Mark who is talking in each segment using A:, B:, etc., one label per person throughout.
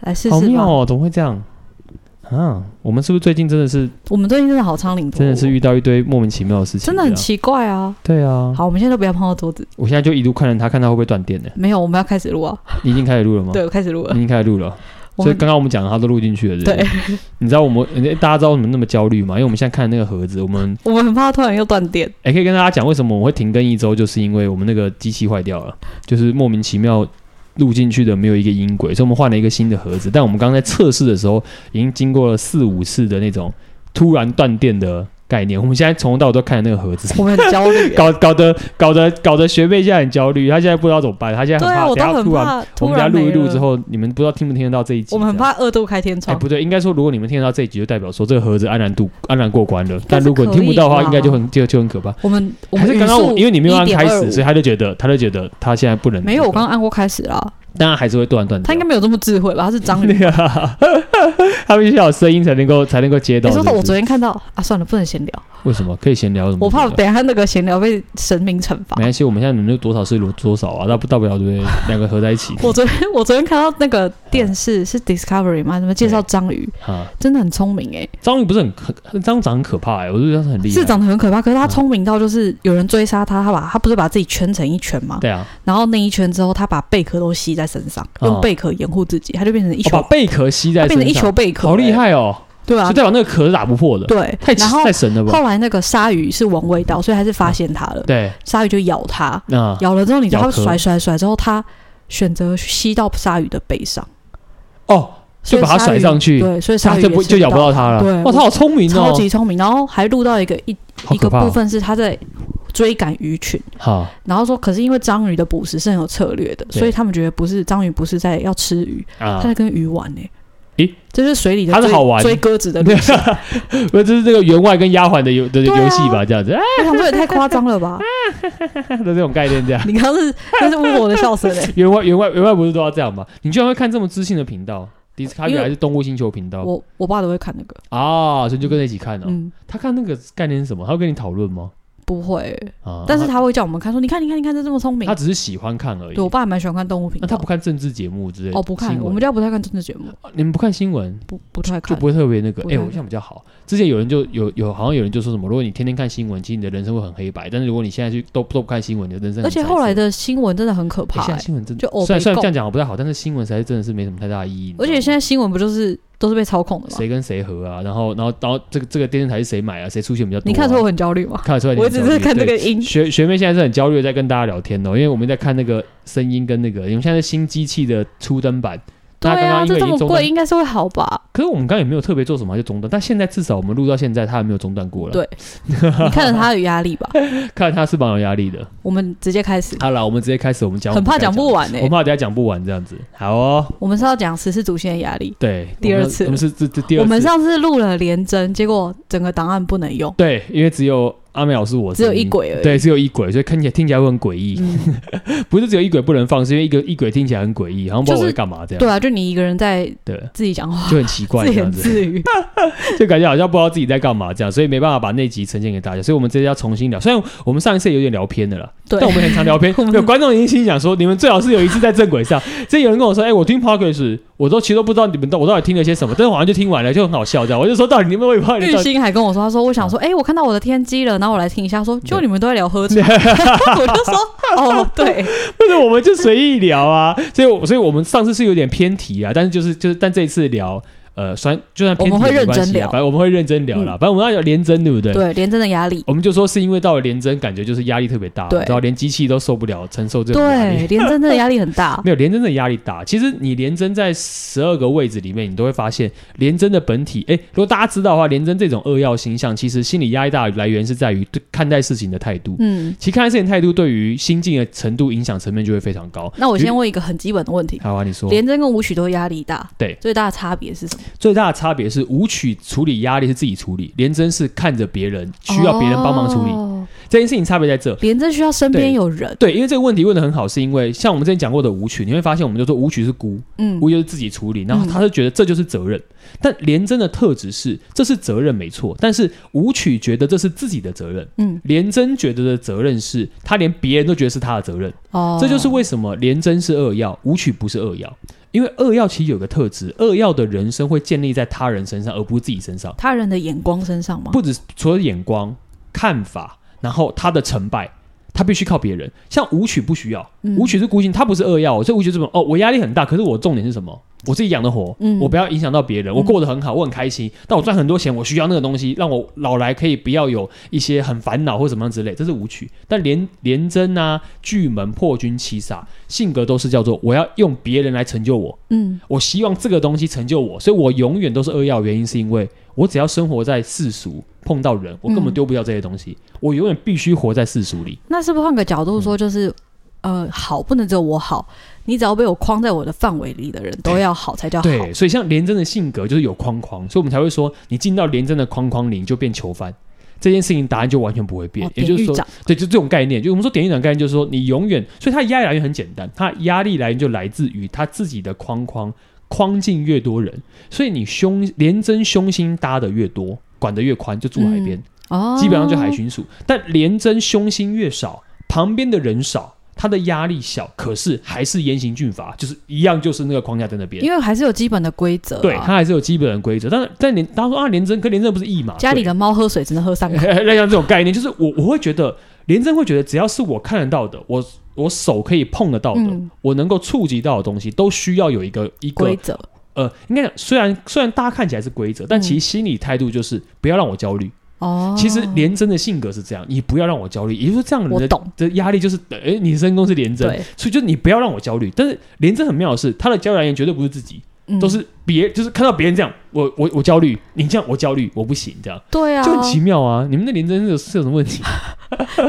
A: 来试
B: 好
A: 试吧
B: 妙。哦，怎么会这样？啊，我们是不是最近真的是
A: 我们最近真的好昌领
B: 真的是遇到一堆莫名其妙的事情？
A: 真的很奇怪啊。
B: 这样对啊。
A: 好，我们现在都不要碰到桌子。
B: 我现在就一路看着他，看他会不会断电呢？
A: 没有，我们要开始录啊。
B: 你已经开始录了吗？
A: 对，我开始录了
B: 你。已经开始录了。
A: 我
B: 所以
A: 们
B: 刚刚我们讲的他都录进去了，对不
A: 对
B: 对？，你知道我们诶大家知道我们那么焦虑吗？因为我们现在看那个盒子，我们
A: 我们很怕突然又断电。
B: 也哎可以跟大家讲为什么我们会停更一周，就是因为我们那个机器坏掉了，就是莫名其妙录进去的没有一个音轨，所以我们换了一个新的盒子。但我们刚才测试的时候，已经经过了四五次的那种突然断电的概念。我们现在从头到尾都看着那个盒子，。
A: 我们很焦虑
B: 搞搞得搞得搞得学妹现在很焦虑，她现在不知道怎么办，她现在
A: 对
B: 很
A: 啊，
B: 怕
A: 我
B: 等
A: 都
B: 下
A: 很
B: 突然
A: 怕
B: 我
A: 突
B: 们等下
A: 然
B: 录一
A: 没
B: 录
A: 了。
B: 之后，你们不知道听不听得到这一集。
A: 我们很
B: 这样。
A: 怕二度开天
B: 哎，
A: 窗。
B: 不对，应该说，如果你们听得到这一集，就代表说这个盒子安然度安然过关了。但
A: 但是
B: 如果你
A: 可
B: 听不
A: 以
B: 到的话，
A: 啦
B: 应该就很就就很可怕。
A: 我们我
B: 还
A: 们
B: 是刚刚我
A: 语速
B: 因为你没有按开始，
A: 1.25
B: 所以他就觉得他就觉得他现在不能
A: 没有，我刚刚按过开始啦。
B: 当然还是会断断掉。
A: 他应该没有这么智慧吧？他是 章鱼。
B: 对啊，他必须要有声音才能够才能够接到。
A: 哎你说
B: 是
A: 的，
B: 不
A: 我
B: 是
A: 昨天看到啊，算了，不能闲聊，
B: 为什么可以闲聊什么？
A: 我怕等一下那个闲聊被神明惩罚
B: 没。关系，我们现在能力多少是多多少啊，那不大不了对不 对？两个合在一起
A: 我昨天我昨天看到那个电视是 Discovery 嘛，怎么介绍章鱼，
B: 啊。
A: 真的很聪明哎、
B: 章鱼不是很很章鱼长得很可怕哎，我就觉得他很厉害。
A: 是长得很可怕，可是他聪明到就是有人追杀他，他把他不是把自己圈成一圈吗？
B: 对啊，
A: 然后那一圈之后，他把贝壳都吸在身上，
B: 哦
A: 用贝壳掩护自己，他就变成一
B: 我
A: 球，
B: 哦把贝壳吸
A: 他
B: 在
A: 变成
B: 身
A: 一球
B: 上，
A: 贝壳、
B: 好厉
A: 欸！
B: 害哦！
A: 对啊
B: 就，代表那个壳是打不破的，
A: 对
B: 太。
A: 然后
B: 太神了吧？
A: 后来那个鲨鱼是闻味道，所以还是发现他了，
B: 对，
A: 鲨鱼就咬他，
B: 那
A: 咬了之后，你知道
B: 咬
A: 他
B: 壳
A: 甩甩甩之后，他选择吸到鲨鱼的背上，
B: 哦，就
A: 所以
B: 把它
A: 鲨鱼
B: 甩上去，
A: 对，所以鲨
B: 它
A: 鱼
B: 就
A: 也
B: 不
A: 吃
B: 就咬不
A: 到
B: 到它了。
A: 对
B: 哇，它好聪明哦
A: 超，级聪明，然后还录到一个一
B: 好
A: 一
B: 可
A: 个
B: 怕
A: 部
B: 哦。
A: 分是他在追赶鱼群，
B: 好，
A: 然后说，可是因为章鱼的捕食是很有策略的，
B: 对
A: 所以他们觉得不是章鱼不是在要吃鱼，
B: 啊
A: 他，在跟鱼玩呢、欸
B: 咦，
A: 这是水里的
B: 它是
A: 追
B: 好玩
A: 追鸽 子的路
B: 对
A: 线。
B: 啊，不是这是这个员外跟丫鬟的游的
A: 对啊
B: 游戏吧？这样子，啊
A: 我想说也太夸张了吧？
B: 的这种概念这样。
A: 你刚刚是那是巫婆的笑声哎、
B: 员外员外员外不是都要这样吗？你居然会看这么知性的频道
A: 因
B: ，Discovery
A: 为
B: 还是动物星球频道
A: 我我爸都会看那个，
B: 啊？所以你就跟着一起看哦。
A: 嗯，
B: 他看那个概念是什么？他会跟你讨论吗？
A: 不会欸、
B: 啊，
A: 但是他会叫我们看，说你看你看你看，这这么聪
B: 他
A: 明
B: 他。只是喜欢看而已
A: 对。我爸还蛮喜欢看动物频
B: 那
A: 道，
B: 他不看政治节目之类的？
A: 哦不看，
B: 新闻
A: 我们家不太看政治节目，
B: 你们不看新闻？
A: 不不太
B: 就
A: 看
B: 不。会特别那个。
A: 不
B: 哎、
A: 太
B: 我
A: 会
B: 想比较好。之前有人就有有，好像有人就说什么，如果你天天看新闻，其实你的人生会很黑白。但是如果你现在去都都不看新闻，你的人生很
A: 而且
B: 彩
A: 后来
B: 色、
A: 的新闻真的很可
B: 哎
A: 怕、
B: 现在
A: 欸，
B: 新闻真
A: 就欧
B: 虽然
A: 北
B: 虽然
A: 共
B: 这样讲不太好，但是新闻实在真的是没什么太大的意义。
A: 而且现
B: 在
A: 在新闻不就是都是被操控的吗？
B: 谁跟谁合啊，然后然后然后这个这个电视台是谁买啊，谁出现比较多、啊？
A: 你看得出我很焦虑吗？
B: 看得出来你
A: 我
B: 很
A: 只
B: 焦虑，
A: 是看这
B: 对
A: 个音，
B: 学学妹现在是很焦虑，在跟大家聊天哦，因为我们在看那个声音跟那个，因为现在是新机器的初登版，
A: 对
B: 大家刚
A: 啊，
B: 刚因
A: 这
B: 为已
A: 这
B: 经
A: 么
B: 中断
A: 贵，应该是会好吧？
B: 可是我们刚刚也没有特别做什么它就中断，但现在至少我们录到现在，它还没有中断过了。
A: 对你看着他有压力 吧？
B: 看他是蛮有压力的。
A: 我们直接开始，
B: 好了，我们直接开始，我们讲，
A: 很怕讲不
B: 完、
A: 完呢、
B: 我怕等下讲不完这样子。好哦，
A: 我们是要讲十四祖先的压力。
B: 对，
A: 第二次
B: 我们是我们是这这第二次，
A: 我们上次录了连针，结果整个档案不能用，
B: 对，因为只有阿美老师我
A: 只有
B: 声
A: 一
B: 音。
A: 轨而已。
B: 嗯对，啊只有一轨，所以看起来听起来会很诡异。
A: 嗯，
B: 不是只有一轨不能放，是因为一个一轨听起来很诡异，好像不知道我在干嘛这样。
A: 对啊，就你一个人在
B: 对，
A: 自己讲话，
B: 就很奇怪
A: 自
B: 这
A: 言
B: 样子，
A: 自语。
B: 就感觉好像不知道自己在干嘛这样，所以没办法把那集呈现给大家。所以我们这次要重新聊，虽然我们上一次有点聊偏的啦，
A: 对
B: 但，我们很常聊偏
A: 我，们
B: 有观众已经心想说，你们最好是有一次在正轨上。这有人跟我说，哎、我听 podcast，我都其实都不知道你们到我到底听了些什么，但是好像就听完了，就很好笑这样。我就说，到底你们会不会
A: 玉
B: 到底？
A: 兴还跟我说，他说我想
B: 啊
A: 说，哎、我看到我的天机了，然后我来听一下说就你们都在聊喝 茶，我就说哦，对，
B: 不是，我们就随意聊啊。 所以我，所以我们上次是有点偏题啊，但是就是就是，但这一次聊，呃，算就算偏题
A: 我们会
B: 也没关
A: 认真
B: 系啊
A: 聊嗯
B: 反正我们会认真聊啦。反正我们要聊连真，对不对？。
A: 对，连针的压力，
B: 我们就说是因为到了连真，感觉就是压力特别大，
A: 对
B: 然后连机器都受不了承受这种压
A: 对，。
B: 力
A: 连针真的压力很大。
B: 没有连针的压力大。其实你连针在十二个位置里面，你都会发现连针的本体。诶，如果大家知道的话，连针这种恶药星象，其实心理压力大的来源是在于对看待事情的态度。
A: 嗯，
B: 其实看待事情态度对于心境的程度影响层面就会非常高。
A: 那我先问一个很基本的问题：
B: 好啊，你说
A: 连针跟舞曲都压力大，
B: 对
A: 最大的差别是什么？
B: 最大的差别是舞曲处理压力是自己处理，连针是看着别人需要别人帮忙处理。
A: 哦哦，
B: 这件事情差别在这。
A: 廉政需要身边有人，
B: 对，因为这个问题问的很好，是因为像我们之前讲过的舞曲，你会发现我们就说舞曲是孤，
A: 嗯
B: 孤就是自己处理，然后他就觉得这就是责任。但廉贞的特质是这是责任没错，但是舞曲觉得这是自己的责任，
A: 嗯
B: 廉贞觉得的责任是他连别人都觉得是他的责任。
A: 哦，
B: 这就是为什么廉贞是恶药，舞曲不是恶药，因为恶药其实有个特质，恶药的人生会建立在他人身上，而不是自己身上。
A: 他人的眼光身上吗？
B: 不止除了眼光、看法，然后他的成败，他必须靠别人。像舞曲不需要，
A: 嗯
B: 舞曲是孤行，他不是恶药哦，所以舞曲是什么？哦，我压力很大，可是我重点是什么？我自己养得活，
A: 嗯
B: 我不要影响到别人，我过得很好，我很开心，但我赚很多钱，我需要那个东西，让我老来可以不要有一些很烦恼或怎么样之类，这是舞曲。但廉廉贞啊、巨门、破军、七煞性格都是叫做我要用别人来成就我，
A: 嗯
B: 我希望这个东西成就我，所以我永远都是扼要。原因是因为我只要生活在世俗，碰到人，我根
A: 嗯
B: 本丢不掉这些东西，我永远必须活在世俗里。
A: 那是不是换个角度说，就是、
B: 嗯
A: 呃，好不能只有我好，你只要被我框在我的范围里的人都要好才叫啊好。
B: 对，所以像廉贞的性格就是有框框，所以我们才会说，你进到廉贞的框框里，你就变囚犯。这件事情答案就完全不会变，
A: 哦
B: 也就是
A: 典狱
B: 说，
A: 长
B: 对，就这种概念，就我们说典狱长概念，就是说你永远，所以他的压力来源很简单，他的压力来源就来自于他自己的框框，框进越多人，所以你胸廉贞胸心搭的越多，管得越宽，就住海边。
A: 嗯哦，
B: 基本上就海巡署。但廉贞凶心越少，旁边的人少，他的压力小，可是还是严刑峻法，就是一样，就是那个框架在那边。
A: 因为还是有基本的规则、啊。
B: 对他还是有基本的规则，但是但连他说啊，廉贞跟廉贞不是义嘛？
A: 家里的猫喝水只能喝三
B: 对
A: 口。
B: 类似这种概念，就是我我会觉得廉贞会觉得，只要是我看得到的，我我手可以碰得到的，
A: 嗯
B: 我能够触及到的东西，都需要有一个一
A: 规
B: 个
A: 则，嗯
B: 呃，应该讲，虽然虽然大家看起来是规则，但其实心理态度就是不要让我焦虑。
A: 哦，
B: 其实廉贞的性格是这样，你不要让我焦虑，也就是说，这样
A: 我
B: 人的
A: 懂
B: 的压力就是，哎、你的身宫是廉贞，
A: 对，
B: 所以就是你不要让我焦虑。但是廉贞很妙的是，他的焦虑来源绝对不是自己，
A: 嗯
B: 都是别，就是看到别人这样，我我我焦虑，你这样我焦虑，我不行，这样
A: 对啊，
B: 就很奇妙啊！你们那廉贞是有是有什么 问题？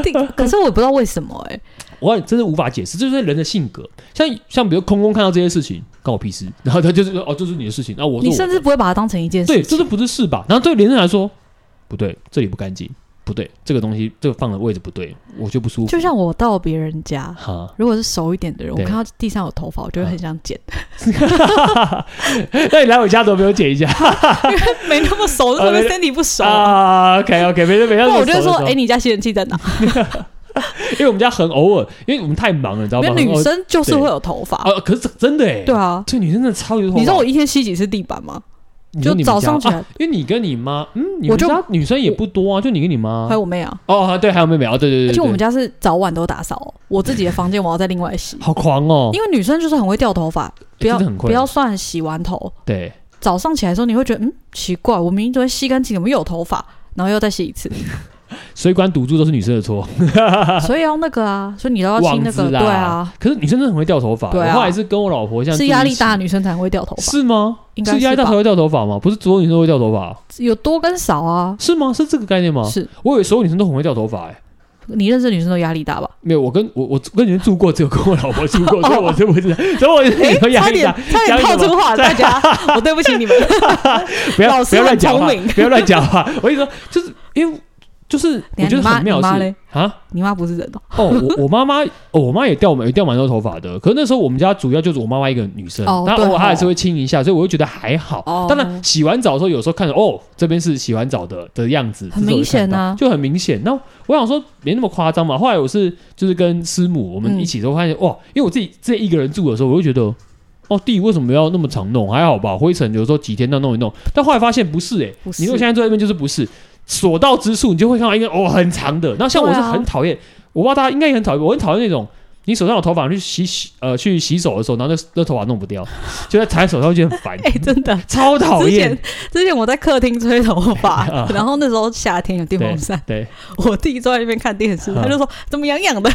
A: 定 可是我也不知道为什么哎、
B: 我真是无法解释，这就是人的性格。像像比如空空看到这些事情，关我屁事， 然后他就是说哦，这是你的事情，那我
A: 你
B: 说我
A: 甚至不会把它当成一件事
B: 对，
A: 情。
B: 这都不是事吧？然后对廉政来说，不对，这里不干净，不对，这个东西这个放的位置不对，我就不舒服。
A: 就像我到别人家，
B: 哈，
A: 如果是熟一点的人，我
B: 对啊
A: 看到地上有头发，我就会很想 剪，
B: 那你来我家怎么没有剪 一下
A: 没那么熟，
B: 啊
A: 特别
B: 没
A: 身体不熟啊。
B: 啊？OK OK，没事没事。
A: 那我就会说，哎、
B: 哎，
A: 你家吸尘器在哪？
B: 因为我们家很偶尔，因为我们太忙了，你知道
A: 因
B: 吗？
A: 为女
B: 很偶尔
A: 生就是会有头发，
B: 啊，可是真的哎，
A: 对，啊。
B: 这女生真的超级多头发。
A: 你知道我一天吸几次地板吗？
B: 你说
A: 就
B: 你们
A: 早
B: 家
A: 上起来
B: 啊因为你跟你妈，嗯，你
A: 我
B: 们
A: 就
B: 家女生也不多啊，就你跟你妈
A: 还。有我妹啊，
B: 哦，对，还有妹妹啊，对对对，
A: 而且我们
B: 家
A: 家是早晚都打扫哦，我自己的房间我要再另外洗，
B: 好狂哦，
A: 因为女生就是很会掉头发，不
B: 真
A: 要
B: 的很
A: 不
B: 困
A: 要
B: 扰。
A: 算洗完头，
B: 对，
A: 早上起来的时候你会觉得嗯奇怪，我明明昨天吸干净，怎么又有头发？然后又再洗一次，
B: 水管堵住都是女生的错。
A: 所以要那个啊，所以你都要清那
B: 网
A: 个，
B: 子啦
A: 对啊，
B: 可是女生真的很会掉头发，
A: 对啊
B: 我后来是跟我老婆像
A: 是压力大的女生才会掉头发，
B: 是吗？
A: 应该是吧
B: 压力大才会掉头发吗？不是所有女生都会掉头发，啊
A: 有多跟少啊？
B: 是吗？是这个概念吗？
A: 是
B: 我以为所有女生都很会掉头发、哎，
A: 你认识的女生都压力大吧？
B: 没有，我跟我我跟人住过，只有跟我老婆住过，所以我是不 知道，所以我
A: 哎
B: 是有压
A: 差
B: 力
A: 点
B: 大。
A: 差点套出 话，大家， 我对不起你们。
B: 不要
A: 老师
B: 不要乱讲话
A: 很聪明，
B: 不要乱讲话。我跟你说，就是因为就是我
A: 等一下
B: 觉得很妙
A: 你妈你妈
B: 是
A: 嘞
B: 啊。
A: 你妈不是 人哦，
B: 哦，我我妈妈，哦，我妈也掉也掉蛮多头发的。可是那时候我们家主要就是我妈妈一个女生，
A: 哦
B: 但
A: 对
B: 偶尔她还
A: 哦
B: 是会亲一下，所以我就觉得还好。
A: 哦
B: 当然，洗完澡的时候，有时候看着哦，这边是洗完澡的的样子，
A: 很
B: 这时候
A: 明显
B: 就看到
A: 啊
B: 就很明显。那我想说没那么夸张嘛。后来我是就是跟师母我们
A: 嗯
B: 一起都发现、哇，因为我自己自己一个人住的时候，我就觉得。哦，地为什么要那么常弄？还好吧，灰尘有时候几天要弄一弄。但后来发现不是哎、欸
A: 不是
B: 你如果现在坐在那边就是不是，所到之处，你就会看到一个哦很长的。那像我是
A: 对啊
B: 很讨厌，我不知道大家应该也很讨厌，我很讨厌那种你手上有头发去洗洗呃去洗手的时候，然后那那头发弄不掉，就在踩手上就很烦，
A: 哎、真的。
B: 超讨
A: 之
B: 厌
A: 前。之前我在客厅吹头发
B: 啊，
A: 然后那时候夏天有电风扇，
B: 对，
A: 我弟坐在那边看电视，
B: 啊
A: 他就说怎么痒痒 的，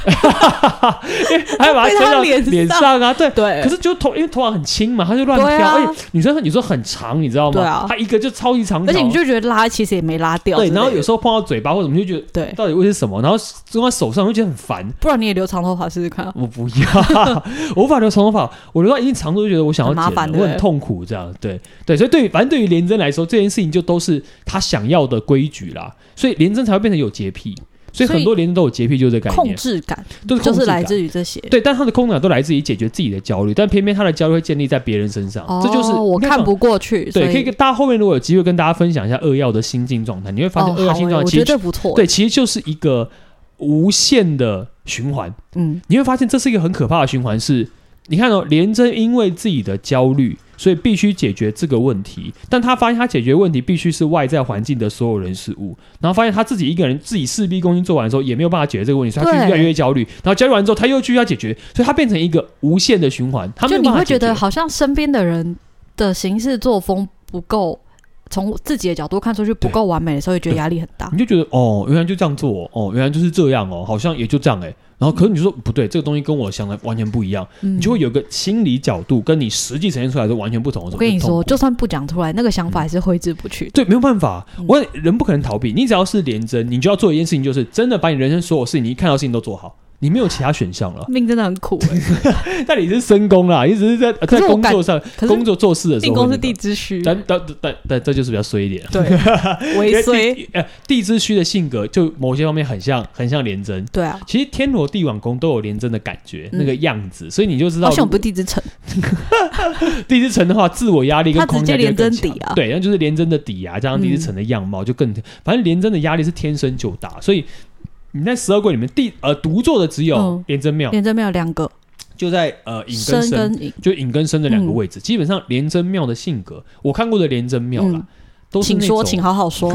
B: 还有把它
A: 被
B: 吹
A: 他
B: 到
A: 脸
B: 脸
A: 上
B: 上啊，对。
A: 对
B: 可，是就头，因为头发很轻嘛，它就乱
A: 对
B: 飘。
A: 啊
B: 而且女生你说很长，你知道吗？
A: 对啊
B: 它一个就超级长条，
A: 而且你就觉得拉其实也没拉掉之类
B: 对，
A: 的，
B: 然后有时候碰到嘴巴或者什么，就觉得
A: 对，
B: 到底为是什么？然后弄在手上就觉得很烦。
A: 不然你也留长头发试试看啊。
B: 我不要，我无法留长头发，我留到一定长度就觉得我想要
A: 很麻
B: 剪
A: 烦
B: 了，
A: 对不
B: 我
A: 对
B: 很痛苦这样。对对，所以对于反正对于廉贞来说，这件事情就都是他想要的规矩啦，所以廉贞才会变成有洁癖。所以
A: 所以
B: 很多连登都有洁癖，就是这个概
A: 控
B: 念，
A: 制感
B: 都是控
A: 就
B: 制
A: 是来
B: 感
A: 自于这些。
B: 对，但他的空感都来自于解决自己的焦虑，但偏偏他的焦虑会建立在别人身上，
A: 哦，
B: 这就是
A: 我
B: 应该
A: 看
B: 讲
A: 不过去，所
B: 对，可以跟大家后面如果有机会跟大家分享一下扼要的心境状态，你会发现
A: 哦
B: 扼要
A: 好
B: 心
A: 欸
B: 状
A: 我
B: 态
A: 觉
B: 其
A: 得
B: 实、
A: 这不错。
B: 对，，其实就是一个无限的循环。
A: 嗯，
B: 你会发现这是一个很可怕的循环，是你看哦，廉贞因为自己的焦虑，所以必须解决这个问题，但他发现他解决问题必须是外在环境的所有人事物，然后发现他自己一个人自己事必躬亲做完的时候，也没有办法解决这个问题，所以他就
A: 对
B: 越来越焦虑，然后焦虑完之后他又继续要解决，所以他变成一个无限的循环，他没
A: 就
B: 有
A: 你
B: 办法
A: 会
B: 解
A: 觉
B: 决
A: 得。好像身边的人的行事作风不够，从自己的角度看出去不
B: 对
A: 够完美的时候，会觉得
B: 对
A: 压力很大
B: 你。就觉得哦，原来就这样做哦，原来就是这样哦，好像也就这样哎、然后可是你就说不对，这个东西跟我想的完全不一样，
A: 嗯
B: 你就会有个心理角度跟你实际呈现出来的完全不同的时
A: 我
B: 候。
A: 跟你
B: 很痛
A: 说，
B: 苦
A: 就算不讲出来，那个
B: 嗯
A: 想法还是挥之不去。
B: 对，没有办法
A: 嗯，
B: 我人不可能逃避。你只要是廉贞，你就要做一件事情，就是真的把你人生所有事情，你一看到事情都做好，你没有其他选项 了。
A: 命真的很苦、 欸，
B: 但你是深宫啦，你只是在呃
A: 是
B: 在
A: 我
B: 工
A: 感
B: 作上、
A: 可
B: 工
A: 是
B: 作做事的时
A: 命
B: 候会
A: 宫
B: 那
A: 是
B: 个，
A: 地之虚，
B: 但但但但这就是比较衰一点。
A: 对，
B: 因
A: 为
B: 为
A: 虽
B: 地呃地之虚的性格，就某些方面很像很像廉贞。
A: 对啊。
B: 其实天罗地网宫都有廉贞的感觉，
A: 嗯
B: 那个样子，所以你就知道
A: 哦好，像我不是地之辰，
B: 地之城的话，自我压力跟
A: 它直
B: 框架
A: 接
B: 就会
A: 连
B: 更
A: 针
B: 强
A: 底啊嗯
B: 对，那就是连针的底啊，加上地之城的样貌就更，反正连针的压力是天生就大，所以你在十二鬼里面地呃独坐的只有
A: 嗯
B: 连针庙，
A: 连针没有两个
B: 就在呃隐跟
A: 生
B: 身，
A: 跟影，
B: 就隐跟身的两个位置，基本上连针庙的性格，我看过的连针庙啦
A: 嗯。
B: 都是
A: 请
B: 那
A: 说，
B: 种
A: 请好好说。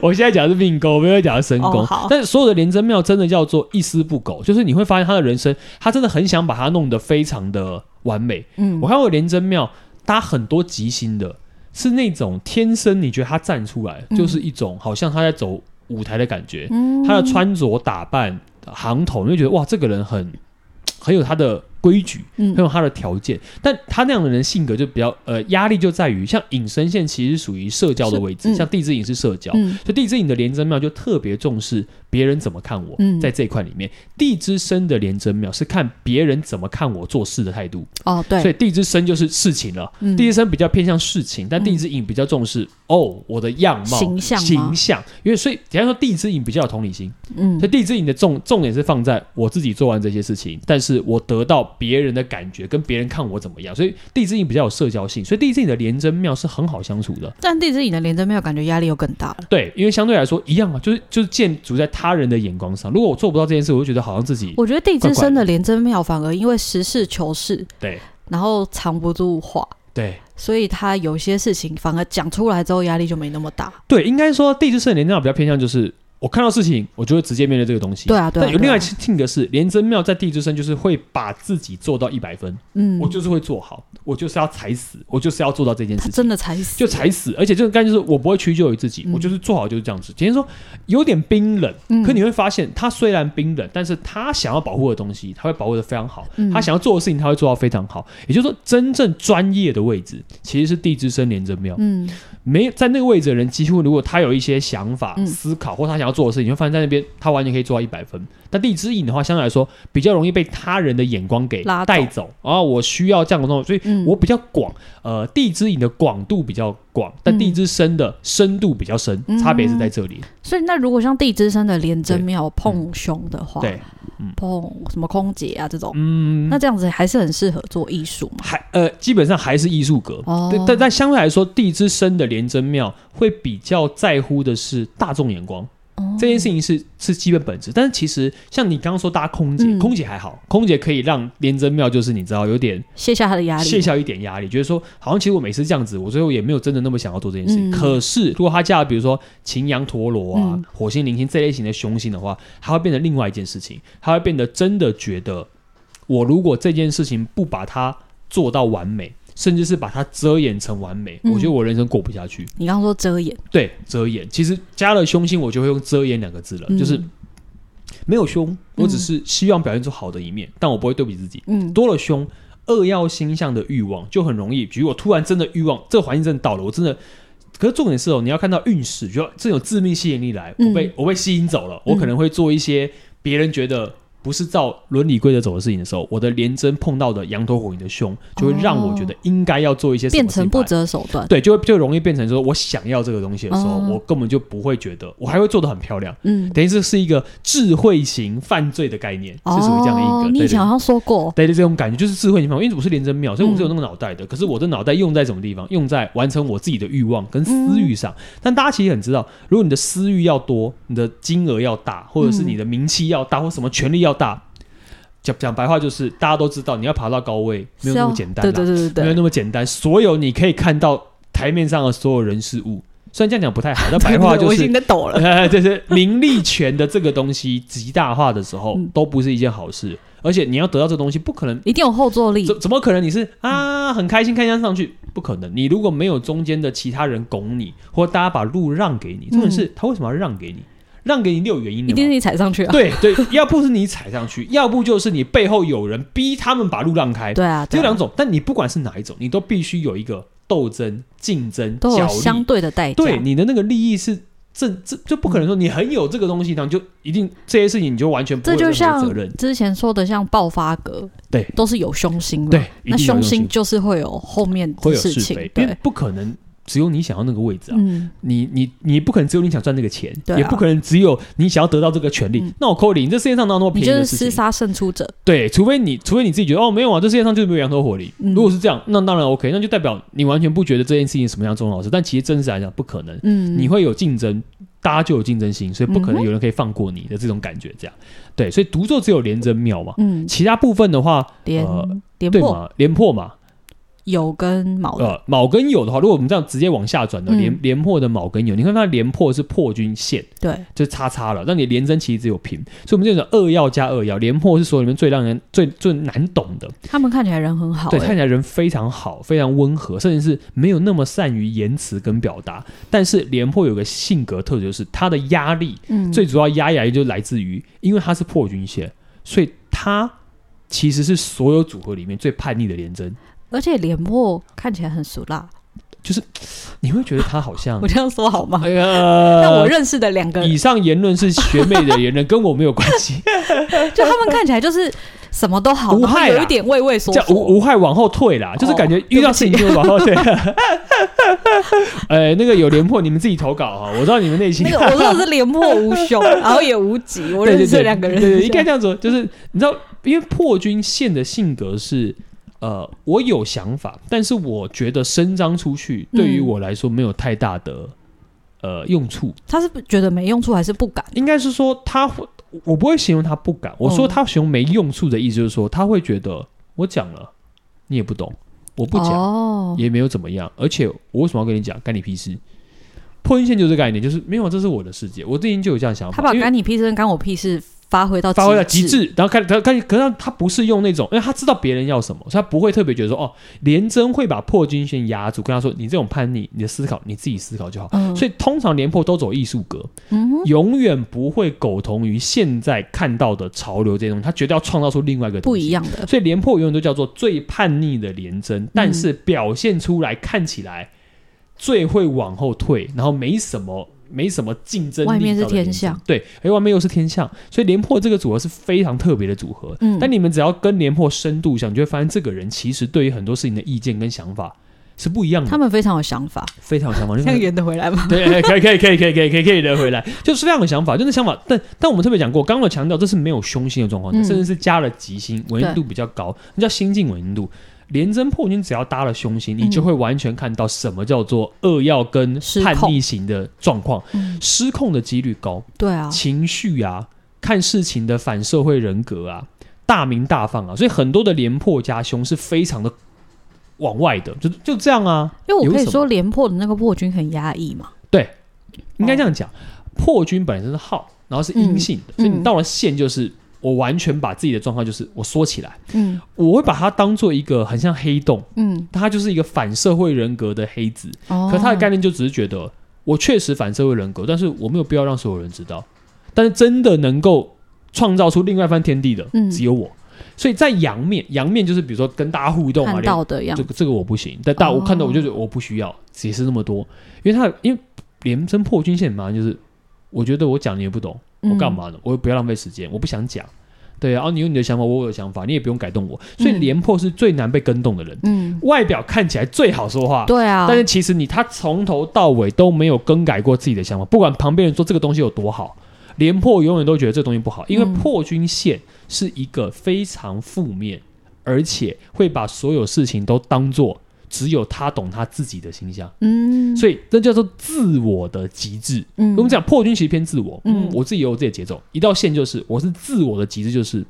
B: 我现在讲的是命宫，我没有讲的身宫。
A: 哦好
B: 但是所有的廉贞庙真的叫做一丝不苟，就是你会发现他的人生，他真的很想把它弄得非常的完美，
A: 嗯
B: 我，看过廉贞庙搭很多吉星的，是那种天生你觉得他站出来、
A: 嗯
B: 就是一种好像他在走舞台的感觉，
A: 嗯
B: 他的穿着打扮、行头，你会觉得哇，这个人很很有他的规矩，
A: 嗯
B: 很有他的条件。但他那样的人性格就比较呃，压力就在于像隐身线其实属于社交的
A: 是
B: 位置，
A: 嗯
B: 像地支隐是社交。
A: 嗯
B: 所以地支隐的廉贞庙就特别重视别人怎么看我，
A: 嗯
B: 在这一块里面，地支生的廉贞庙是看别人怎么看我做事的态度。
A: 哦对，
B: 所以地之生就是事情了。
A: 嗯
B: 地之生比较偏向事情，但
A: 嗯
B: 地之影比较重视、哦我的样貌、
A: 形象吗
B: 形象。因为所以，简单说，地之影比较有同理心，
A: 嗯
B: 所以地之影的重重点是放在我自己做完这些事情，但是我得到别人的感觉，跟别人看我怎么样。所以地之影比较有社交性，所以地之影的廉贞庙是很好相处的。
A: 但地之影的连针没有，感觉压力又更大了。
B: 对，因为相对来说一样啊，就是就是建筑在他人的眼光上。如果我做不到这件事，我就觉得好像自己
A: 我觉得地之生的连针庙反而因为实事求是，
B: 对
A: 然后藏不住话，
B: 对。
A: 所以他有些事情反而讲出来之后压力就没那么大。
B: 对，应该说地质圣莲庙比较偏向就是我看到事情，我就会直接面对这个东西。
A: 对啊对啊
B: 但有另
A: 对啊
B: 外一性格是，连真庙在地质生就是会把自己做到一百分，
A: 嗯，
B: 我就是会做好，我就是要踩死，我就是要做到这件
A: 他
B: 事情。
A: 真的才死，
B: 就踩死，而且这个概念就是我不会屈就于自己，
A: 嗯
B: 我就是做好就是这样子。简单说，有点冰冷，
A: 嗯
B: 可你会发现他虽然冰冷，但是他想要保护的东西，他会保护的非常好，
A: 嗯
B: 他想要做的事情他会做到非常好。也就是说，真正专业的位置其实是地质生连真庙。
A: 嗯
B: 没在那个位置的人，几乎如果他有一些想法、
A: 嗯
B: 思考或他想要做的事情，你会发现在那边他完全可以做到一百分。但地之影的话，相对来说比较容易被他人的眼光给
A: 拉走
B: 带走啊，我需要这样的东西，所以
A: 嗯，
B: 我比较广。呃，地之影的广度比较广，但
A: 嗯
B: 地之深的深度比较深，
A: 嗯
B: 差别是在这里。
A: 所以那如果像地之生的连针庙碰胸的话，
B: 对，
A: 碰什么空姐啊这种，
B: 嗯
A: 那，这样子还是很适合做艺术嘛。
B: 还呃，基本上还是艺术格。
A: 哦
B: 对，但但相对来说，地之深的廉贞庙会比较在乎的是大众眼光。
A: 哦
B: 这件事情是是基本本质，但是其实像你刚刚说搭空姐，
A: 嗯
B: 空姐还好，空姐可以让廉贞庙就是你知道有点
A: 卸下他的压力，
B: 卸下一点压力，觉得说好像其实我每次这样子，我最后也没有真的那么想要做这件事
A: 嗯
B: 情。可是如果她嫁了比如说擎羊陀罗啊、
A: 嗯
B: 火星零星这类型的凶星的话，它会变成另外一件事情，它会变得真的觉得我如果这件事情不把它做到完美，甚至是把它遮掩成完美，
A: 嗯
B: 我觉得我人生过不下去。
A: 你刚刚说遮掩，
B: 对，遮掩。其实加了凶星，我就会用遮掩两个字了，
A: 嗯
B: 就是没有凶，我只是希望表现出好的一面，但我不会对不起自己。
A: 嗯
B: 多了凶，恶要星象的欲望就很容易，比如我突然真的欲望，这个环境真的到了，我真的。可是重点是哦，你要看到运势，
A: 嗯
B: 就要这种致命吸引力来，我被、我被吸引走了，我可能会做一些别人觉得不是照伦理规则走的事情的时候，我的连针碰到的羊头火影的胸，就会让我觉得应该要做一些什么
A: 变
B: 事情
A: 成
B: 吧
A: 不择手段。
B: 对，就会就容易变成说我想要这个东西的时候，
A: 哦
B: 我根本就不会觉得，我还会做的很漂亮。
A: 嗯，
B: 等于这是一个智慧型犯罪的概念，是属于这样的一
A: 哦
B: 个。
A: 你
B: 对
A: 以前
B: 对
A: 好嗯像说过，
B: 对对，这种感觉就是智慧型犯罪，因为我是连针妙，所以我是有那个脑袋的。可是我的脑袋用在什么地方？用在完成我自己的欲望跟私欲
A: 嗯
B: 上。但大家其实很知道，如果你的私欲要多，你的金额要大，或者是你的名气要大，或什么权力要大，讲讲白话就是大家都知道，你要爬到高位没
A: 是
B: 有那
A: 哦
B: 么简单啦，啊
A: 对对对
B: 没有
A: 对对，
B: 那么简单。所有你可以看到台面上的所有人事物，虽然这样讲 不太好，但白
A: 对对
B: 话
A: 对
B: 就
A: 我已
B: 是
A: 经在抖 了。
B: 呃，就是名利权的这个东西极大化的时候
A: 嗯，
B: 都不是一件好事。而且你要得到这东西，不可能，
A: 一定有后坐力，
B: 怎怎么可能？你是啊，很开心看见上去，不可能。你如果没有中间的其他人拱你，或大家把路让给你，重点是他为什么要让给你？让给你一定有原因
A: 嗯一
B: 的
A: 定是
B: 嘛。
A: 你踩上去啊！
B: 对对，要不是你踩上去，要不就是你背后有人逼他们把路让 开，
A: 对啊，
B: 只
A: 对
B: 有
A: 啊
B: 两种。但你不管是哪一种，你都必须有一个斗争、竞争、
A: 都有
B: 角力
A: 相对的代价。
B: 对你的那个利益是正这就不可能说你很有这个东西，然后就一定这些事情你就完全不会
A: 这
B: 有任
A: 就
B: 何
A: 像
B: 责任，
A: 之前说的，像爆发格，
B: 对，
A: 都是有凶心的。
B: 对，一
A: 嗯那
B: 定有
A: 凶
B: 东西
A: 心就是会有后面
B: 会
A: 的
B: 有
A: 事
B: 是
A: 情
B: 非，，因为
A: 对，
B: 不可能。只有你想要那个位置啊！
A: 嗯，
B: 你你你不可能只有你想赚这个钱，
A: 对啊
B: 也不可能只有你想要得到这个权利。
A: 嗯
B: 那我扣你，你这世界上哪有那么
A: 你
B: 便宜
A: 就是
B: 的
A: 厮
B: 事情？
A: 杀胜出者，
B: 对，除非你除非你自己觉得哦没有啊，这世界上就是没有羊头火力。
A: 嗯
B: 如果是这样，那当然 OK，那就代表你完全不觉得这件事情什么样重要的事。但其实真实来讲，不可能。
A: 嗯，
B: 你会有竞争，大家就有竞争心，所以不可
A: 嗯
B: 能
A: 哼
B: 有人可以放过你的这种感觉。这样，对，所以独奏只有连针妙嘛，
A: 嗯
B: 其他部分的话，
A: 连
B: 呃
A: 连
B: 对
A: 破
B: 嘛，连破嘛，
A: 有跟卯的，
B: 呃，卯跟酉的话，如果我们这样直接往下转的，
A: 嗯
B: 连连破的卯跟酉，你看它连破是破军线，
A: 对，
B: 就是叉叉了，但你连针其实只有平，所以我们就讲二要加二要，连破是所有里面最让人最最难懂的，
A: 他们看起来人很好，
B: 对，
A: 欸
B: 看起来人非常好，非常温和，甚至是没有那么善于言辞跟表达。但是廉颇有个性格特质，就是他的压力
A: 嗯，
B: 最主要压压力就来自于，因为他是破军线，所以他其实是所有组合里面最叛逆的廉贞。
A: 而且连破看起来很俗辣，
B: 你会觉得他好像
A: 我，这样说好吗？
B: 哎呀，
A: 但我认识的两个人，
B: 以上言论是学妹的言论，跟我没有关 系。
A: 就他们看起来就是什么都好，
B: 无
A: 然后
B: 害啦
A: 有一点畏畏缩
B: 叫
A: 缩，
B: 无无害往后退
A: 哦
B: 啦，就是感觉遇到事情就往后退。 呃，那个有廉颇，你们自己投稿哈，我知道你们内心
A: 那个我说的是廉颇无凶，然后也无极，我认识这两个人，
B: 对对对，应该这样子，就是你知道，因为破军线的性格是，呃，我有想法，但是我觉得伸张出去
A: 嗯
B: 对于我来说没有太大的、呃用处，
A: 他是觉得没用处还是不敢？
B: 应该是说他会，我不会形容他不
A: 哦
B: 敢，我说他形容没用处的意思就是说他会觉得我讲了你也不懂，我不讲、
A: 哦，
B: 也没有怎么样，而且我为什么要跟你讲，干你屁事。破军线就是这个概念，就是没有，这是我的世界，我之前就有这样想法。
A: 他把
B: 因为
A: 干你屁事跟干我屁事发挥到
B: 发挥到极
A: 哦极，
B: 致，然后开他开，可是他他不是用那种，哎因为他知道别人要什么，所以他不会特别觉得说哦，廉贞会把破军线压住，跟他说你这种叛逆，你的思考你自己思考就好。
A: 嗯，
B: 所
A: 以
B: 以通常廉颇都走艺术格，
A: 嗯哼
B: 永远不会苟同于现在看到的潮流这些东西，他绝对要创造出另外一个东
A: 不
B: 西
A: 一。样的，
B: 所以廉颇永远都叫做最叛逆的廉
A: 嗯
B: 贞，但是表现出来看起来最会往后退，然后没什么没什么竞争力。
A: 外面是天象，
B: 对，哎，外面又是天象，所以廉颇这个组合是非常特别的组合。
A: 嗯
B: 但你们只要跟廉颇深度想，你就会发现这个人其实对于很多事情的意见跟想法是不一样
A: 他
B: 的，
A: 们非常有想法，
B: 非常有想法。就
A: 这
B: 是
A: 样圆得回来吗？
B: 对，可以可以可以可以可以可以可以的回来，就是这样的想法，就是想法。但但我们特别讲过，刚刚有强调这是没有凶心的状况，
A: 嗯
B: 甚至是加了吉星，稳定度比较高，那叫心境稳定度。连针破军只要搭了凶星，你就会完全看到什么叫做恶要跟
A: 失控
B: 叛逆型的状况，
A: 嗯，
B: 失控的几率高，
A: 对啊，
B: 情绪啊，看事情的反社会人格啊，大名大放啊，所以很多的廉破加凶是非常的往外的，就就这样啊。
A: 因为我可
B: 有什
A: 以
B: 么
A: 说廉颇的那个破军很压抑嘛，
B: 应该这样讲，破军本身是耗，然后是阴性的，
A: 嗯
B: 所以你到了线就是我完全把自己的状况就是我缩起来，
A: 嗯
B: 我会把它当做一个很像黑洞，
A: 嗯，
B: 它就是一个反社会人格的黑子。
A: 哦，
B: 可它的概念就只是觉得我确实反社会人格，但是我没有必要让所有人知道。但是真的能够创造出另外一番天地的，
A: 嗯
B: 只有我。所以在阳面，阳面就是比如说跟大家互动啊，
A: 看到的样哦
B: 这
A: 子，
B: 个这个我不行，但但我看到我就觉得我不需要解释那么多，因为他因为连针破
A: 嗯
B: 军线嘛，就是我觉得我讲你也不懂，我干嘛呢？我又不要浪费时间，我不想讲。对啊，哦，你有你的想法，我有想法，你也不用改动我。所以
A: 嗯
B: 廉颇是最难被跟动的人，
A: 嗯，
B: 外表看起来最好说话，
A: 对啊，
B: 但是其实你他从头到尾都没有更改过自己的想法，不管旁边人说这个东西有多好，廉颇永远都觉得这东西不好，因为
A: 嗯
B: 破军线是一个非常负面，而且会把所有事情都当做只有他懂他自己的形象，
A: 嗯，
B: 所以这叫做自我的极致。
A: 嗯，
B: 我们讲破军其实偏自我，嗯
A: 嗯，
B: 我自己也有自己的节奏，一到线就是我是自我的极致，就是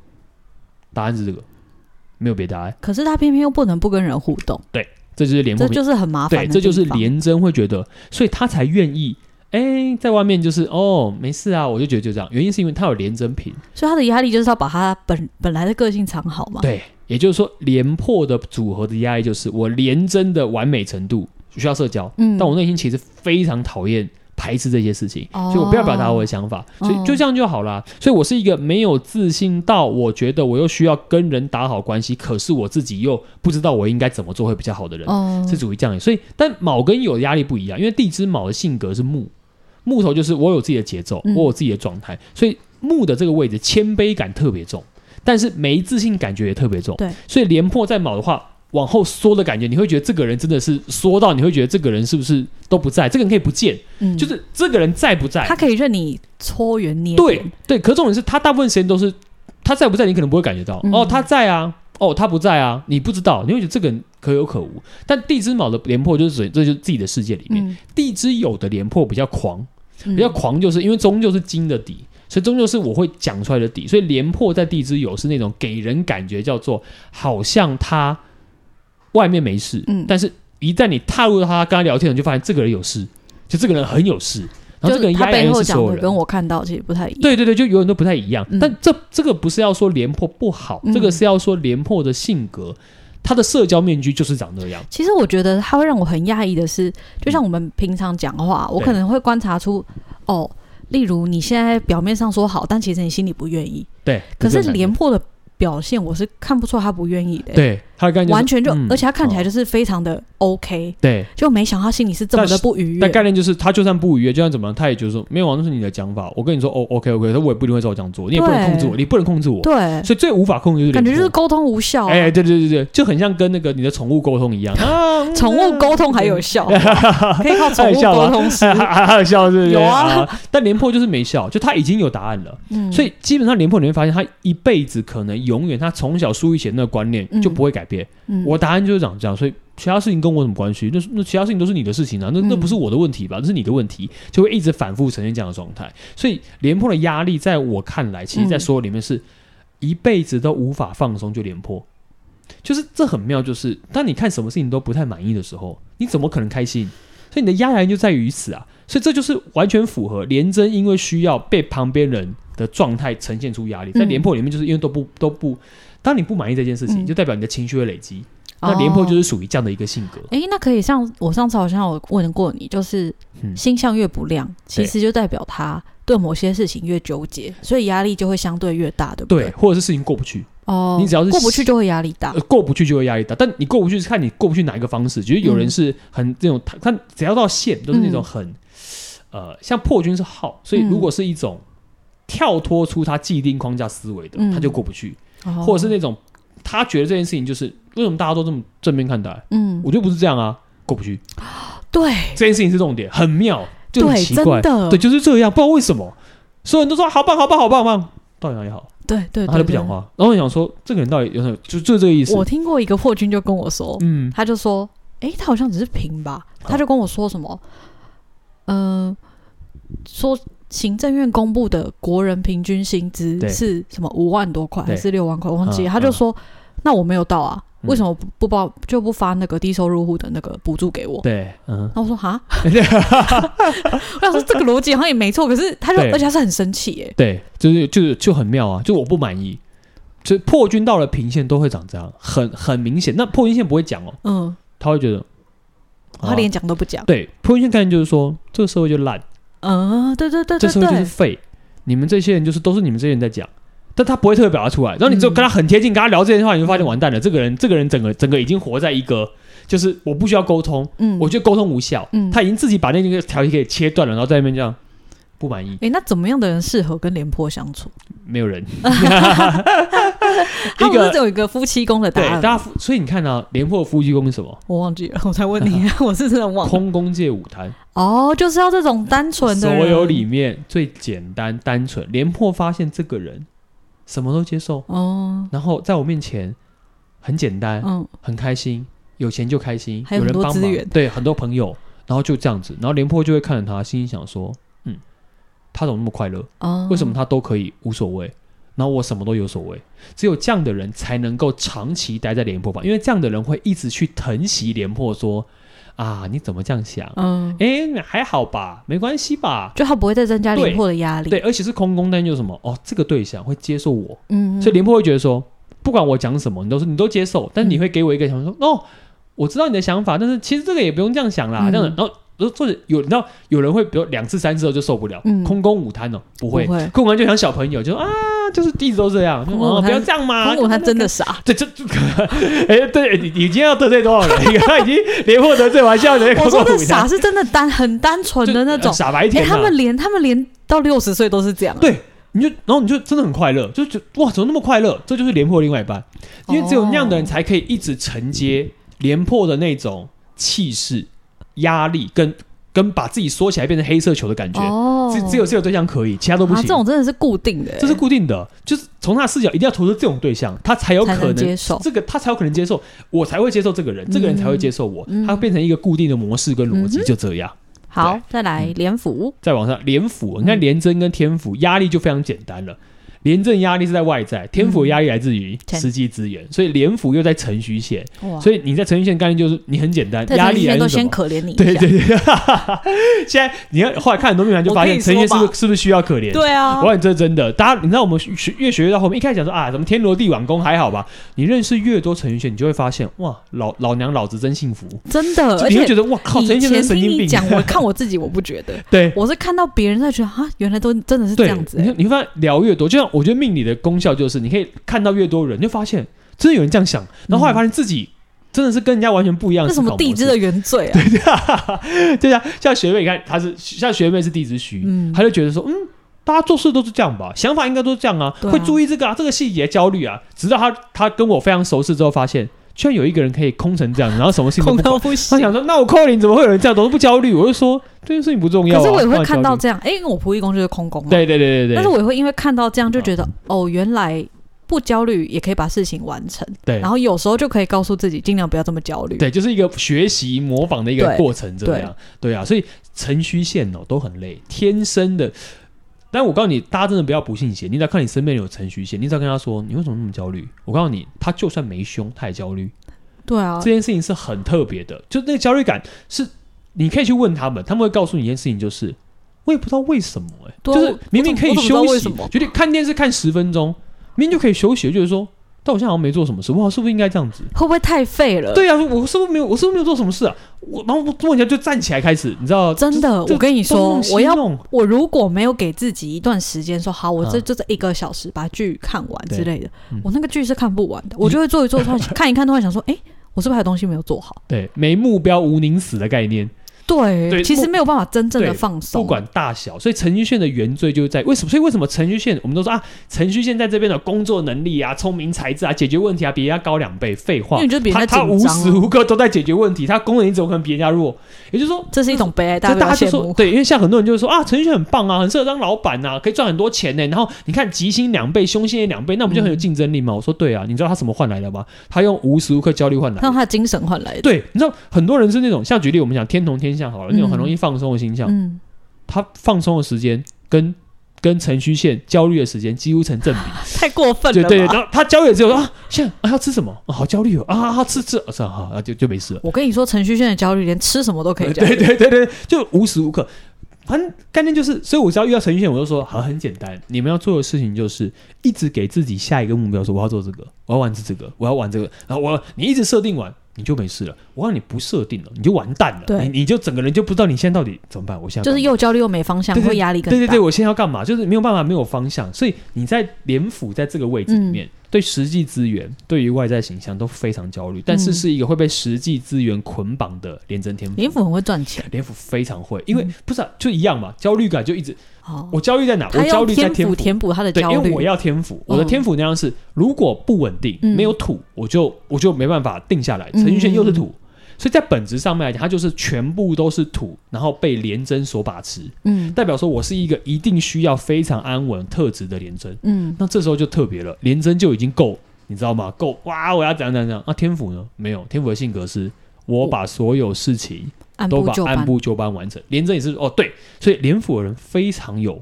B: 答案是这个，没有别答案，
A: 可是他偏偏又不能不跟人互动，
B: 这就是廉颇
A: 这啊就是很麻烦的
B: 对，
A: 地方。
B: 这就是廉贞会觉得，所以他才愿意。哎，在外面就是哦，没事啊，我就觉得就这样。原因是因为他有廉贞品，
A: 所以他的压力就是要把他本本来的个性藏好嘛。，
B: 对，也就是说廉颇的组合的压力就是我廉贞的完美程度需要社交，
A: 嗯，
B: 但我内心其实非常讨厌排斥这些事情，
A: 哦
B: 所以我不要表达我的想法，所以就
A: 哦
B: 这样就好啦。所以我是一个没有自信到我觉得我又需要跟人打好关系，可是我自己又不知道我应该怎么做会比较好的人。
A: 哦，
B: 是属于这样的。所以，但卯跟酉的压力不一样，因为地支卯的性格是木，木头就是我有自己的节奏，
A: 嗯
B: 我有自己的状态，所以木的这个位置谦卑感特别重，但是没自信感觉也特别重。
A: 对，
B: 所以廉颇在卯的话。往后缩的感觉，你会觉得这个人真的是缩到，你会觉得这个人是不是都不在？这个人可以不见，
A: 嗯
B: 就是这个人在不在
A: 他？可以任你搓圆捏
B: 对
A: 扁，
B: 对，可是重点是他大部分时间都是他在不在，你可能不会感觉到、
A: 嗯
B: 哦，他在啊，哦他不在啊，你不知道，你会觉得这个人可有可无。但地支卯的廉颇就是属于这就是自己的世界里面，
A: 嗯，
B: 地支酉的廉颇比较狂，
A: 嗯
B: 比较狂就是因为终究是金的底。所以终究是我会讲出来的底，所以廉颇在地支酉是那种给人感觉叫做好像他外面没事，
A: 嗯
B: 但是一旦你踏入到他跟他聊天，你就发现这个人有事，就这个人很有事，然后
A: 就
B: 这个
A: 是
B: 人
A: 他
B: 压压
A: 背
B: 又
A: 后
B: 是所
A: 讲
B: 有
A: 的
B: 人，
A: 跟我看到其实不太一样。
B: 对对对，就永远都不太一样。
A: 嗯
B: 但这这个不是要说廉颇不好，
A: 嗯
B: 这个是要说廉颇的性格，他的社交面具就是长那样。
A: 其实我觉得他会让我很讶异的是，就像我们平常讲话，我
B: 对
A: 可能会观察出，哦，例如你现在表面上说好，但其实你心里不愿意。
B: 对，
A: 可是
B: 这种感觉
A: 廉颇的表现，我是看不出他不愿意的、
B: 对嗯哦他的概念
A: 完全就，而且他看起来
B: 就
A: 就是非常的 OK，、
B: 嗯对。
A: 就没想到他心里是这么的不愉悦
B: 但。概念就是，他就算不愉悦，就算怎么样，他也就是说，没有啊，那是你的讲法。我跟你说，哦，OK OK，但我也不一定会照这样做，你也不能控制我，
A: 对
B: 你不能控制我。
A: 对，
B: 所以最无法控制就是
A: 感觉就
B: 廉颇
A: 是沟通无效、啊。
B: 哎，对对对对，就很像跟那个你的宠物沟通 一样啊。嗯
A: 宠物沟通还有效，啊 可以靠宠物沟通 师。
B: 还有 笑是不是？
A: 有啊，
B: 但廉颇就是没笑，就他已经有答案了。
A: 嗯
B: 所以基本上廉颇你会发现，他一辈子可能永远他从小书以前那个观念
A: 嗯
B: 就不会改变。
A: 嗯
B: 我答案就是长这样，所以其他事情跟我有什么关系？那是那其他事情都是你的事情啊，那
A: 嗯
B: 那不是我的问题吧？这是你的问题，就会一直反复呈现这样的状态。所以廉颇的压力，在我看来，其实在所有里面是一辈子都无法放松，就廉颇。就是这很妙，就是当你看什么事情都不太满意的时候，你怎么可能开心？所以你的压力就在于此啊！所以这就是完全符合廉贞，因为需要被旁边人的状态呈现出压力，在
A: 嗯
B: 廉颇里面，就是因为都不都不，当你不满意这件事情，
A: 嗯。
B: 就代表你的情绪会累积。那廉颇就是
A: 哦
B: 是属于这样的一个性格，
A: 哎、那可以像我上次好像有问过你，就是
B: 嗯
A: 星象越不亮，其实就代表他对某些事情越纠结，所以压力就会相对越大，对不啊
B: 对，
A: 对？
B: 或者是事情过不去，
A: 哦，
B: 你只要是
A: 过不去就会压力大
B: 呃，，过不去就会压力大。但你过不去是看你过不去哪一个方式，就是有人是很这种，他他只要到线都是
A: 嗯
B: 那种很，呃，像破军是耗，所以如果是一种跳脱出他既定框架思维的，
A: 嗯
B: 他就过不去，
A: 哦
B: 或者是那种他觉得这件事情就是为什么大家都这么正面看待，
A: 嗯，
B: 我就不是这样啊，过不去。
A: 对
B: 这件事情是重点，很妙，就很
A: 哎对，
B: 奇
A: 真
B: 怪，
A: 的，
B: 对，就是这样，不知道为什么，所有人都说好棒，好棒，好棒，好棒，到底哪里好？
A: 对对对，
B: 然后他就不讲话。然后我想说，这个人到底有什么？就就这个意
A: 对。
B: 思。
A: 我听过一个破军就跟我说，
B: 嗯，哦
A: 他就说，哎、他好像只是平吧，他就跟我说什么，嗯、说行政院公布的国人平均薪资
B: 对
A: 是什么五万多块还
B: 对
A: 是六万块，我忘记了，
B: 嗯
A: 他就
B: 嗯
A: 说，那我没有到啊，
B: 嗯
A: 为什么不不包就不发那个低收入户的那个补助给我？
B: 对，嗯，
A: 然后我说 哈，我想说这个逻辑好像也没错，可是他就
B: 对
A: 而且他是很生气耶，
B: 对，就是就是就很妙啊，就我不满意。就破军到了平线都会长这样，很很明显。那破军线不会讲哦，
A: 嗯，
B: 他会觉得，
A: 他
B: 好啊
A: 连讲都不讲，
B: 对破军线概念就是说，这个社会就烂，
A: 嗯，对对对
B: 这
A: 对
B: 社会就是
A: 对，
B: 废，你们这些人就是都是你们这些人在讲，但他不会特别表达出来。然后你只有
A: 嗯
B: 跟他很贴近，跟他聊这些话，你就发现完蛋了，这个人这个人整个整个已经活在一个就是我不需要沟通，
A: 嗯，
B: 我觉得沟通无效，
A: 嗯
B: 他已经自己把那个条件给切断了，然后在那边这样，不满意，
A: 诶，那怎么样的人适合跟廉颇相处？
B: 没有 人。
A: 他们不是只有一个夫妻宫的答
B: 对，大
A: 案吗，
B: 家夫所以你看啊，廉颇的夫妻宫是什么？
A: 我忘记了，我才问 你，我是真的忘了。
B: 空宫借舞台，
A: 哦，就是要这种单纯的
B: 所
A: 人
B: 有里面最简单单纯。廉颇发现这个人什么都接受，
A: 哦，
B: 然后在我面前很简单，
A: 嗯，
B: 很开心，有钱就开心，
A: 还有
B: 人
A: 很多
B: 帮忙
A: 资源
B: 对，很多朋友，然后就这样子，然后廉颇就会看着他，心里想说，嗯，他怎么那么快乐？
A: 哦，
B: 为什么？他都可以无所谓？然后我什么都有所谓，只有这样的人才能够长期待在廉颇旁，因为这样的人会一直去疼惜廉颇，说啊，你怎么这样想？
A: 嗯，
B: 哎、还好吧，没关系吧。
A: 就他不会再增加
B: 对
A: 廉颇的压力。
B: 对，而且是空宫，但就是什么哦，这个对象会接受我，
A: 嗯，嗯，
B: 所以廉颇会觉得说，不管我讲什么，你都是你都接受，但你会给我一个想说，哦，我知道你的想法，但是其实这个也不用这样想啦，
A: 嗯
B: 这样子，然后。哦然后作者有，你知道有人会，比如两次、三次之后就受不了，
A: 嗯
B: 空宫舞贪哦，不会，
A: 不会
B: 空宫就像小朋友，就说啊，就是一直都这样，就
A: 空宫舞
B: 哦，
A: 贪
B: 不要这样嘛。
A: 空谷他真的 傻，
B: 对，这这，哎，对你，你今天要得罪多少人？ 你看他已经连破得罪完，笑得
A: 我
B: 空宫
A: 说
B: 舞
A: 的
B: 贪
A: 傻，是真的单很单纯的那
B: 就
A: 种
B: 呃。傻白
A: 哎，
B: 甜、啊。
A: 他们连他们连到六十岁都是这样啊。
B: 对你就，然后你就真的很快乐，就就哇，怎么那么快乐？这就是廉颇的另外一半，因为只
A: 哦
B: 有那样的人才可以一直承接廉颇的那种气势、压力跟跟把自己缩起来变成黑色球的感觉。
A: 哦，
B: 只只有只有对象可以，其他都不
A: 啊，
B: 行。
A: 这种真的是固定的欸，
B: 这是固定的，就是从他的视角一定要投射这种对象，他才有
A: 才
B: 可
A: 能
B: 能
A: 接受。
B: 这个他才有可能接受，我才会接受这个人，这个人才会接受我，
A: 嗯
B: 他变成一个固定的模式跟逻辑，
A: 嗯哼
B: 就这样。
A: 好，再来
B: 嗯
A: 廉府，
B: 再往上，廉府，
A: 嗯
B: 你看廉贞跟天府压力就非常简单了。廉政压力是在外在，天府的压力来自于
A: 钱
B: 实际资源，所以廉府又在程序线，
A: 嗯哇，
B: 所以你在程序线概念就是你很简单，
A: 在
B: 压
A: 程序
B: 力
A: 员
B: 来
A: 都
B: 自什
A: 先
B: 么？
A: 可怜你一
B: 对
A: 下
B: 对对，哈哈哈 现在你看后来看很多面谈，就发现
A: 我可以
B: 程
A: 说
B: 序线是不
A: 吧
B: 是是不是需要可怜？
A: 对啊
B: 我，告诉你，这是真的。大家，你知道我们学越学越到后面，一开始讲说啊，什么天罗地网功还好吧？你认识越多程序线，你就会发现哇，老老娘老子真幸福，
A: 真的，呃
B: 就
A: 而
B: 你会
A: 且
B: 觉得哇靠，程
A: 以
B: 序线
A: 前
B: 真是神
A: 听
B: 经
A: 你
B: 病。
A: 讲，我看我自己我不觉得，
B: 对，
A: 我是看到别人才觉得啊，原来都真的是这
B: 对，
A: 样子
B: 你
A: 欸，
B: 看，你会发现聊越多，就像我觉得命理的功效就是，你可以看到越多人，就发现真的有人这样想，然后后来发现自己真的是跟人家完全不一
A: 嗯
B: 样
A: 那
B: 的思
A: 什
B: 考
A: 么
B: 模式。
A: 地支的原罪啊，
B: 对呀，像学妹，你看她是像学妹是地之虚，
A: 嗯
B: 她就觉得说，嗯，大家做事都是这样吧，想法应该都是这样啊，
A: 对啊
B: 会注意这个啊，这个细节焦虑啊。直到她她跟我非常熟识之后，发现居然有一个人可以空成这样，然后什么事情都
A: 恐
B: 不管
A: 到。不
B: 她
A: 行。
B: 想说，那我扣零怎么会有人这样，都不焦虑？我就说这件事情不重要、啊。
A: 可是我也
B: 干
A: 会
B: 嘛
A: 看
B: 焦
A: 到
B: 虑，
A: 这样，哎，因为我仆役宫就是空宫嘛，
B: 对对对对
A: 但是
B: 对，
A: 我也会因为看到这样就觉得，哦，原来不焦虑也可以把事情完成，
B: 对
A: 然后有时候就可以告诉自己尽量不要这么焦虑，
B: 对，就是一个学习模仿的一个
A: 对
B: 过程，这样对啊，所以程序线哦都很累，天生的。但我告诉你，大家真的不要不信邪，你只要看你身边有程序线，你只要跟他说你为什么那么焦虑，我告诉你，他就算没凶，他也焦虑。
A: 对啊
B: 这，件事情是很特别的，就那个焦虑感是你可以去问他们，他们会告诉你一件事情，就是我也不知道为什么、哎，
A: 对啊
B: 就是明明可以
A: 我怎么
B: 休
A: 我
B: 息
A: 怎么知道为什么，
B: 觉得看电视看十分钟，明明就可以休息，就是说，但我现在好像没做什么事，哇，是不是应该这样子？
A: 会不会太废了？
B: 对呀、啊我是不是没有，我是不是没有做什么事啊？我然后我突然间就站起来开始，你知道，
A: 真的，
B: 就
A: 我跟你
B: 东弄
A: 说，
B: 西
A: 我要
B: 弄
A: 我如果没有给自己一段时间说好，我这
B: 嗯
A: 就这一个小时把剧看完之类的
B: 嗯，
A: 我那个剧是看不完的，我就会做一做，突然 看一看，突然想说，哎，我是不是还有东西没有做好？
B: 对没目标无宁死的概念，对
A: 对，其实
B: 不
A: 没有办法真正的
B: 对
A: 放松，
B: 不管大小，所以程序线的原罪就是在为什么？所以为什么程序线我们都说啊，程序线在这边的工作能力啊、聪明才智啊、解决问题啊，比人家高两倍，废
A: 因
B: 话
A: 为，你觉得别
B: 他
A: 人在
B: 他无
A: 紧张
B: 时
A: 啊，
B: 无刻都在解决问题，他功能怎么可能比人家弱？也就是说。
A: 这是一种悲哀，
B: 这
A: 大
B: 大
A: 家不
B: 家 就
A: 要羡
B: 说
A: 慕。
B: 对，因为像很多人就说啊，程序员很棒啊，很适合当老板呐、啊，可以赚很多钱呢、然后你看吉星两倍，凶星也两倍，那不就
A: 嗯
B: 很有竞争力吗？我说对啊，你知道他什么换来的吗？他用无时无刻焦虑换来的
A: 让。他的精神换来的，
B: 对，你知道很多人是那种，像举例我们讲天同天象好了，那种很容易放松的星象，
A: 嗯，
B: 他放松的时间跟跟程序线焦虑的时间几乎成 正比。
A: 太过分
B: 对
A: 了，
B: 对，对，然后他焦虑了之后啊，现在啊要吃什么啊，好焦虑哦啊啊，吃吃啊是啊好啊就就没事了。
A: 我跟你说，程序线的焦虑连吃什么都可以焦
B: 呃对
A: 虑。
B: 对对对，就无时无刻，反正概念就是，所以我只要遇到程序线，我就说好很简单，你们要做的事情就是一直给自己下一个目标，说我要做这个，我要玩这个，我要玩这个，然后我你一直设定完。你就没事了，我让你不设定了，你就完蛋了，
A: 对
B: 你你就整个人就不知道你现在到底怎么办。我现在
A: 就是
B: 要
A: 又焦虑又没方向，
B: 对对
A: 会压力
B: 干
A: 更
B: 嘛
A: 大。嗯
B: 对对对，我现在要干嘛？就是没有办法，没有方向，所以你在连府在这个位置里面，对实际资源、对于外在形象都非常焦虑，但是
A: 嗯
B: 是一个会被实际资源捆绑的廉贞天赋。
A: 林府很会赚钱，
B: 连府非常会，因为、
A: 嗯
B: 不是、啊、就一样嘛，焦虑感就一直，
A: 哦，
B: 我焦虑在哪？我
A: 他
B: 焦
A: 用
B: 虑在
A: 天
B: 赋
A: 赋填补他的
B: 对，
A: 焦
B: 因为我
A: 虑，
B: 要天府，我的
A: 嗯
B: 天府那样是，如果不稳定，
A: 嗯
B: 没有土，我就我就没办法定下来。
A: 嗯
B: 陈奕迅又是土，所以在本质上面来讲，它就是全部都是土，然后被廉贞所把持，
A: 嗯
B: 代表说我是一个一定需要非常安稳特质的廉贞。
A: 嗯
B: 那这时候就特别了，廉贞就已经够，你知道吗？够哇！我要怎样怎样怎样。那、天府呢？没有，天府的性格是。
A: 哦
B: 我把所有事情
A: 按
B: 都
A: 部
B: 把
A: 就
B: 按
A: 班，
B: 部就班完成，廉贞也是哦，对，所以廉府的人非常有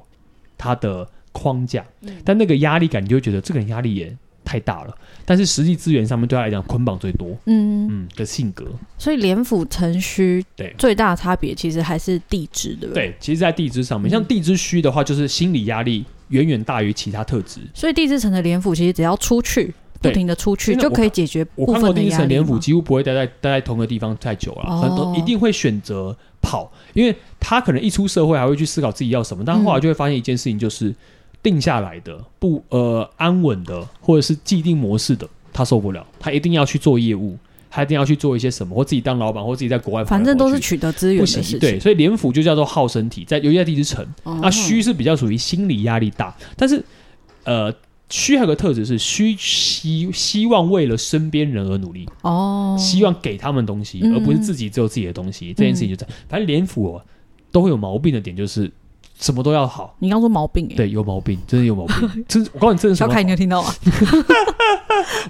B: 他的框架，
A: 嗯
B: 但那个压力感，你就会觉得这个人压力也太大了。但是实际资源上面对他来讲捆绑最多，
A: 嗯，
B: 嗯的性格，
A: 所以廉府城区
B: 对
A: 最大的差别其实还是地质，对不对？嗯
B: 对。其实，在地支上面，像地支虚的话，就是心理压力远远大于其他特质。
A: 所以地质层的廉府其实只要出去，不
B: 对
A: 停的出去
B: 真的
A: 就
B: 我
A: 可以解决部
B: 我看过
A: 分的
B: 地支
A: 压
B: 层
A: 力
B: 连府
A: 嘛。
B: 几乎不会待在待在同个地方太久了，
A: 哦
B: 很多一定会选择跑，因为他可能一出社会还会去思考自己要什么，但
A: 嗯
B: 后来就会发现一件事情，就是定下来的不呃安稳的或者是既定模式的，他受不了，他一定要去做业务，他一定要去做一些什么，或自己当老板，或自己在国外跑来跑去，
A: 反正都是取得资源
B: 不
A: 的
B: 行
A: 事情。
B: 对，所啊以廉府就叫做耗身体，在尤其在地支城，
A: 哦，
B: 那虚是比较属于心理压力大，但是呃。虚还有个特质是虚希希望为了身边人而努力，
A: 哦，
B: 希望给他们东西，
A: 嗯
B: 而不是自己只有自己的东西。这件事情就这样，反正连府、哦、都会有毛病的点，就是什么都要好。
A: 你刚说毛病哎、
B: 对，有毛病，真的有毛 病。真，我告诉你，真的什
A: 小
B: 么
A: 凯，
B: 好
A: 你有听到吗？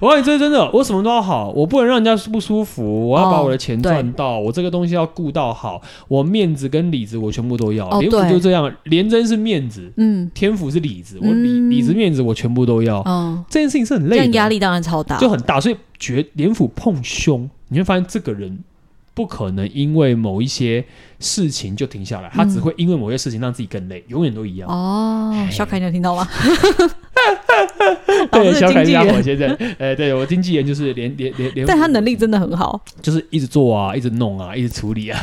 B: 我告诉你，这是真的，我什么都要好，我不能让人家不舒服，我要把
A: 哦
B: 我的钱赚到，我这个东西要顾到好，我面子跟里子我全部都要。
A: 哦
B: 连府
A: 对
B: 就这样，连真是面子，
A: 嗯
B: 天府是里子，我里
A: 嗯
B: 里子面子我全部都要。
A: 嗯，
B: 哦这件事情是很
A: 这
B: 累
A: 样
B: 的，
A: 压力当然超大，
B: 就很大，所以觉连府碰凶，你会发现这个人不可能因为某一些事情就停下来，他只会因为某些事情让自己更累，永远都一样。
A: 嗯哦
B: 哎，
A: 小凯，你有听到吗？老
B: 对，
A: 师
B: 小
A: 的
B: 凯
A: 经纪
B: 家伙
A: 人，
B: 现在， 呃，对我经纪人就是连连连连，
A: 但他能力真的很好，
B: 就是一直做啊，一直弄啊，一直处理啊，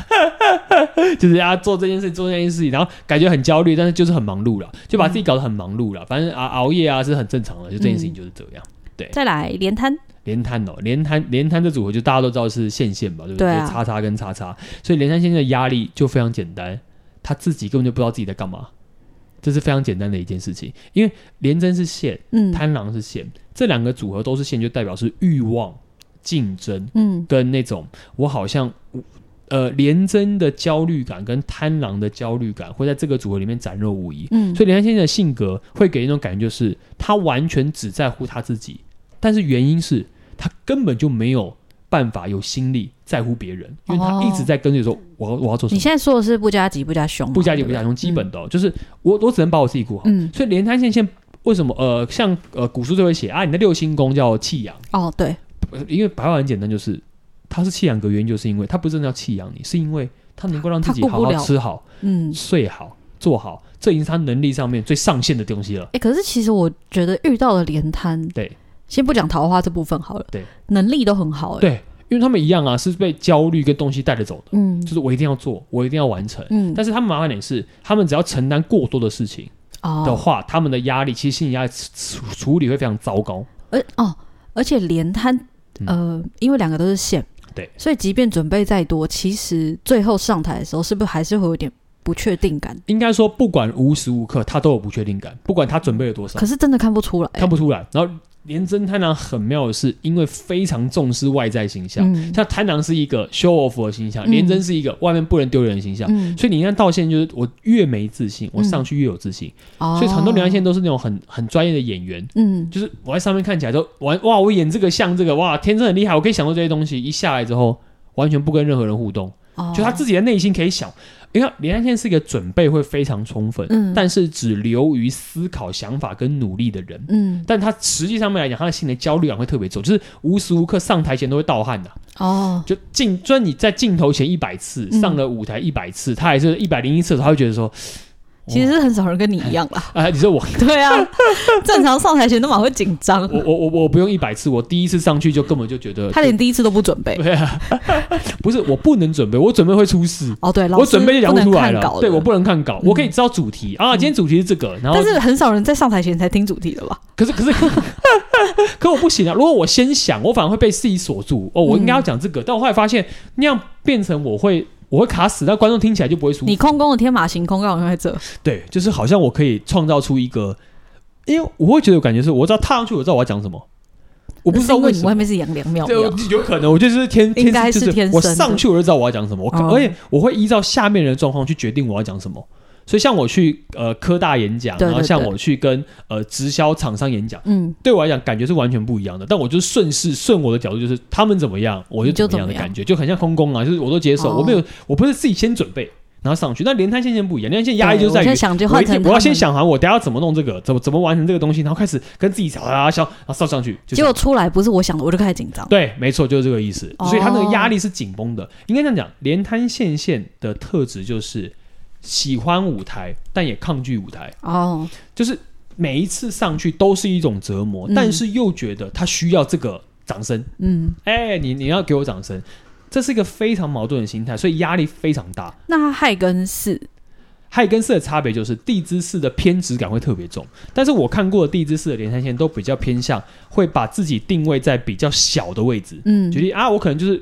B: 就是啊做这件事做那件事情，然后感觉很焦虑，但是就是很忙碌了，就把自己搞得很忙碌了。反正啊熬夜啊是很正常的，就这件
A: 嗯
B: 事情就是这样。
A: 再来连摊，
B: 连摊哦，连摊连摊这组合就大家都知道是线线吧，对不对？
A: 对啊
B: 就叉叉跟叉叉，所以连摊线线的压力就非常简单，他自己根本就不知道自己在干嘛，这是非常简单的一件事情。因为连针是线，
A: 嗯
B: 贪狼是线，这两个组合都是线，就代表是欲望、竞争
A: 嗯
B: 跟那种我好像。呃，连针的焦虑感跟贪狼的焦虑感会在这个组合里面展露无遗。
A: 嗯，
B: 所以连先生的性格会给人一种感觉，就是他完全只在乎他自己，但是原因是他根本就没有办法有心力在乎别人，因为他
A: 哦
B: 一直在跟着说我要我要做什
A: 你
B: 么，
A: 现在说的是不加急不加凶嘛，
B: 不加
A: 对
B: 急不
A: 对
B: 加凶，基本的、哦就是我我只能把我自己顾好。
A: 嗯
B: 所以连摊线线为什么呃像呃古书就会写啊，你的六星宫叫气阳，
A: 哦，对，
B: 呃因为白话很简单，就是他是气阳格原因，就是因为他不是真的要气阳你，是因为他能够让自己
A: 他顾
B: 好
A: 不
B: 好
A: 了
B: 吃好、
A: 嗯，
B: 睡好、做好，这已经是他能力上面最上限的东西了。
A: 哎，可是其实我觉得遇到了连摊，
B: 对，
A: 先不讲桃花这部分好了，
B: 对，
A: 能力都很好，哎，
B: 对，因为他们一样啊，是被焦虑跟东西带着走的，
A: 嗯
B: 就是我一定要做，我一定要完成。
A: 嗯，
B: 但是他们麻烦点是，他们只要承担过多的事情的
A: 哦，
B: 话，他们的压力其实心理压力处处理会非常糟糕。
A: 而哦，而且连摊，呃，因为两个都是线，
B: 嗯对，
A: 所以即便准备再多，其实最后上台的时候，是不是还是会有点不确定感？
B: 应该说，不管无时无刻，他都有不确定感，不管他准备了多少
A: 可，是真的看不出来，
B: 啊看不出来。然后连侦探郎很妙的是，因为非常重视外在形象，
A: 嗯
B: 像贪狼是一个 show off 的形象，连真是一个外面不能丢人的形象。
A: 嗯，
B: 所以你看道歉就是我越没自信，我上去越有自信。
A: 所
B: 所以很多连线都是那种很很专业的演员，
A: 哦嗯，
B: 就是我在上面看起来都玩哇，我演这个像这个哇，天真很厉害，我可以享受这些东西。一下来之后，完全不跟任何人互动，
A: 哦
B: 就他自己的内心可以想。你看，连安现是一个准备会非常充分，
A: 嗯
B: 但是只流于思考、想法跟努力的人。
A: 嗯
B: 但他实际上面来讲，他的心理焦虑感会特别重，就是无时无刻上台前都会盗汗的、
A: 哦，
B: 就镜，虽然你在镜头前一百次，
A: 嗯
B: 上了舞台一百次，他还是一百零一次的时候，他会觉得说，
A: 其实是很少人跟你一样啦。
B: 哎，你说我
A: 对啊，正常上台前都蛮会紧张，
B: 我我我我不用一百次，我第一次上去就根本就觉得
A: 他连第一次都不准备。
B: 对啊， 不是我不能准备，我准备会出事。
A: 哦，对，老
B: 我
A: 师
B: 准备就讲
A: 不
B: 不
A: 能
B: 出来
A: 看
B: 了
A: 稿，的，
B: 对我不能看稿，
A: 嗯
B: 我可以知道主题啊，今天主题是这个，然后
A: 但是很少人在上台前才听主题的吧？
B: 可是可是 可我不行啊！如果我先想，我反而会被自己锁住。哦，我
A: 嗯
B: 应该要讲这个，但我后来发现那样变成我会我会卡死，但观众听起来就不会舒
A: 你
B: 服。
A: 空宫的天马行空，刚好在这。
B: 对，就是好像我可以创造出一个，因为我会觉得有感觉是，我只要踏上去，我知道我要讲什么。我不知
A: 那是
B: 道
A: 因为
B: 为
A: 你
B: 什么
A: 外，面是杨梁妙
B: 对，
A: 妙
B: 我，有可能我就是天，
A: 应该
B: 天
A: 是
B: 就
A: 天
B: 我
A: 生的
B: 上去我就知道我要讲什么，我可
A: 嗯
B: 而且我会依照下面人的状况去决定我要讲什么。所以像我去呃科大演讲，
A: 对
B: 然后
A: 对
B: 像
A: 对
B: 我去跟呃直销厂商演讲。
A: 嗯，
B: 对我来讲感觉是完全不一样的。但我就是顺势顺我的角度，就是他们怎么样，我就怎么样的感觉，就很像空宫啊，就是我都接受，
A: 哦
B: 我没有，我不是自己先准备然后上去。但连摊线线不一样，连摊线压力就
A: 对
B: 在
A: 我现在。
B: 于
A: 想就
B: 我
A: 换
B: 一定
A: 成
B: 我要先
A: 他们，
B: 想好，我等下要怎么弄这个，怎么怎么完成这个东西，然后开始跟自己吵啊笑，然后烧上去。就这
A: 结
B: 样
A: 果出来不是我想的，我就开始紧张。
B: 对，没错，就是这个意思。
A: 哦
B: 所以他那个压力是紧绷的。应该这样讲，连摊线线的特质就是喜欢舞台，但也抗拒舞台。
A: 哦，
B: 就是每一次上去都是一种折磨，
A: 嗯
B: 但是又觉得他需要这个掌声。
A: 嗯，
B: 哎、你你要给我掌声，这是一个非常矛盾的心态，所以压力非常大。
A: 那他亥跟巳，
B: 亥跟巳的差别就是地支巳的偏执感会特别重，但是我看过的地支巳的连三线都比较偏向会把自己定位在比较小的位置。
A: 嗯
B: 举，例啊，我可能就是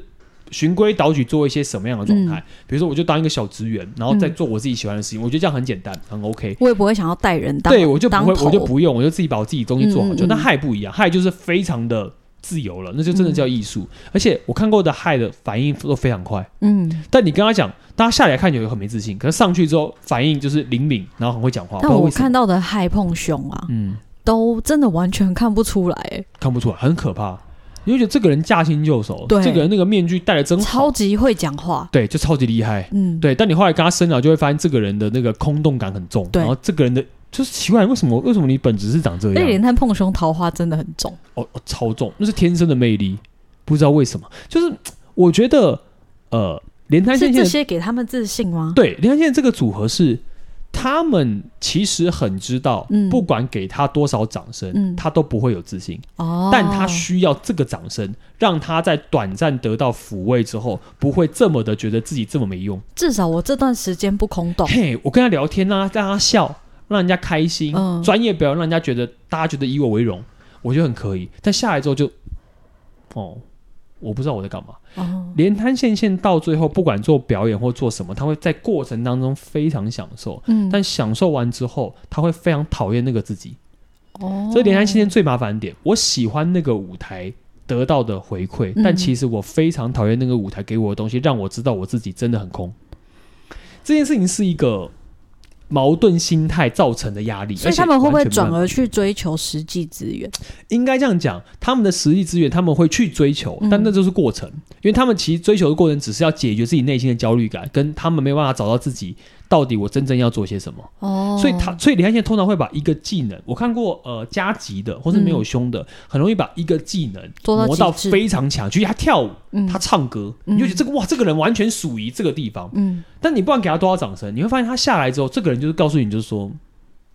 B: 循规蹈矩做一些什么样的状态，比如说我就当一个小职员，然后再
A: 嗯
B: 做我自己喜欢的事情，我觉得这样很简单，很 OK。
A: 我也不会想要带人当，
B: 对，我就不
A: 当
B: 会，
A: 头
B: 我就不用，我就自己把我自己东西做好
A: 嗯嗯
B: 就。那
A: 嗯
B: 害不一样，害就是非常的自由了，那就真的
A: 嗯
B: 叫艺术。而且我看过的害的反应都非常快，
A: 嗯，
B: 但你跟他讲，大家下来看起来很没自信，可是上去之后反应就是灵敏，然后很会讲话。
A: 但
B: 不知道
A: 我
B: 为什么
A: 看，到的亥碰凶啊，
B: 嗯，
A: 都真的完全看不出来，欸
B: 看不出来，很可怕。你就觉得这个人驾轻就熟，
A: 对
B: 这个人那个面具戴的真好
A: 超，级会讲话，
B: 对，就超级厉害。
A: 嗯，
B: 对，但你后来跟他深聊，就会发现这个人的那个空洞感很重，
A: 对
B: 然后这个人的就是奇怪，为什么为什么你本质是长这
A: 那
B: 样？
A: 连探碰凶桃花真的很重，
B: 哦，哦超重，那是天生的魅力，不知道为什么，就是嘖我觉得，呃，连滩
A: 是
B: 线
A: 这
B: 线
A: 些给他们自信吗？
B: 对连滩线这个组合是，他们其实很知道，
A: 嗯
B: 不管给他多少掌声，
A: 嗯
B: 他都不会有自信，
A: 哦，
B: 但他需要这个掌声，让他在短暂得到抚慰之后，不会这么的觉得自己这么没用。
A: 至少我这段时间不空洞，
B: 嘿，我跟他聊天啊，让他笑，让人家开心，
A: 嗯
B: 专业表演让人家觉得大家觉得以我为荣，我觉得很可以。但下来之后就，哦，我不知道我在干嘛。
A: 哦，
B: 连摊线线到最后，不管做表演或做什么，他会在过程当中非常享受，
A: 嗯，
B: 但享受完之后，他会非常讨厌那个自己。
A: 哦，
B: 所以连摊线线最麻烦的点，我喜欢那个舞台。得到的回馈，
A: 嗯
B: 但其实我非常讨厌那个舞台给我的东西，让我知道我自己真的很空。这件事情是一个矛盾心态造成的压力，
A: 所以
B: 而且
A: 他们会不会
B: 完全没办
A: 转
B: 法
A: 而去追求实际资源？
B: 应该这样讲，他们的实力资源他们会去追求
A: 嗯，
B: 但那就是过程，因为他们其实追求的过程只是要解决自己内心的焦虑感，跟他们没有办法找到自己到底我真正要做些什么，
A: 哦，
B: 所以他所以李安现在通常会把一个技能，我看过呃加急的或是没有胸的，很容易把一个技能
A: 嗯做到
B: 磨到
A: 极致
B: 非常强，就是他跳舞，
A: 嗯
B: 他唱歌，
A: 嗯
B: 你就觉得这个哇，这个人完全属于这个地方，
A: 嗯
B: 但你不管给他多少掌声，你会发现他下来之后，这个人就是告诉你，就是说。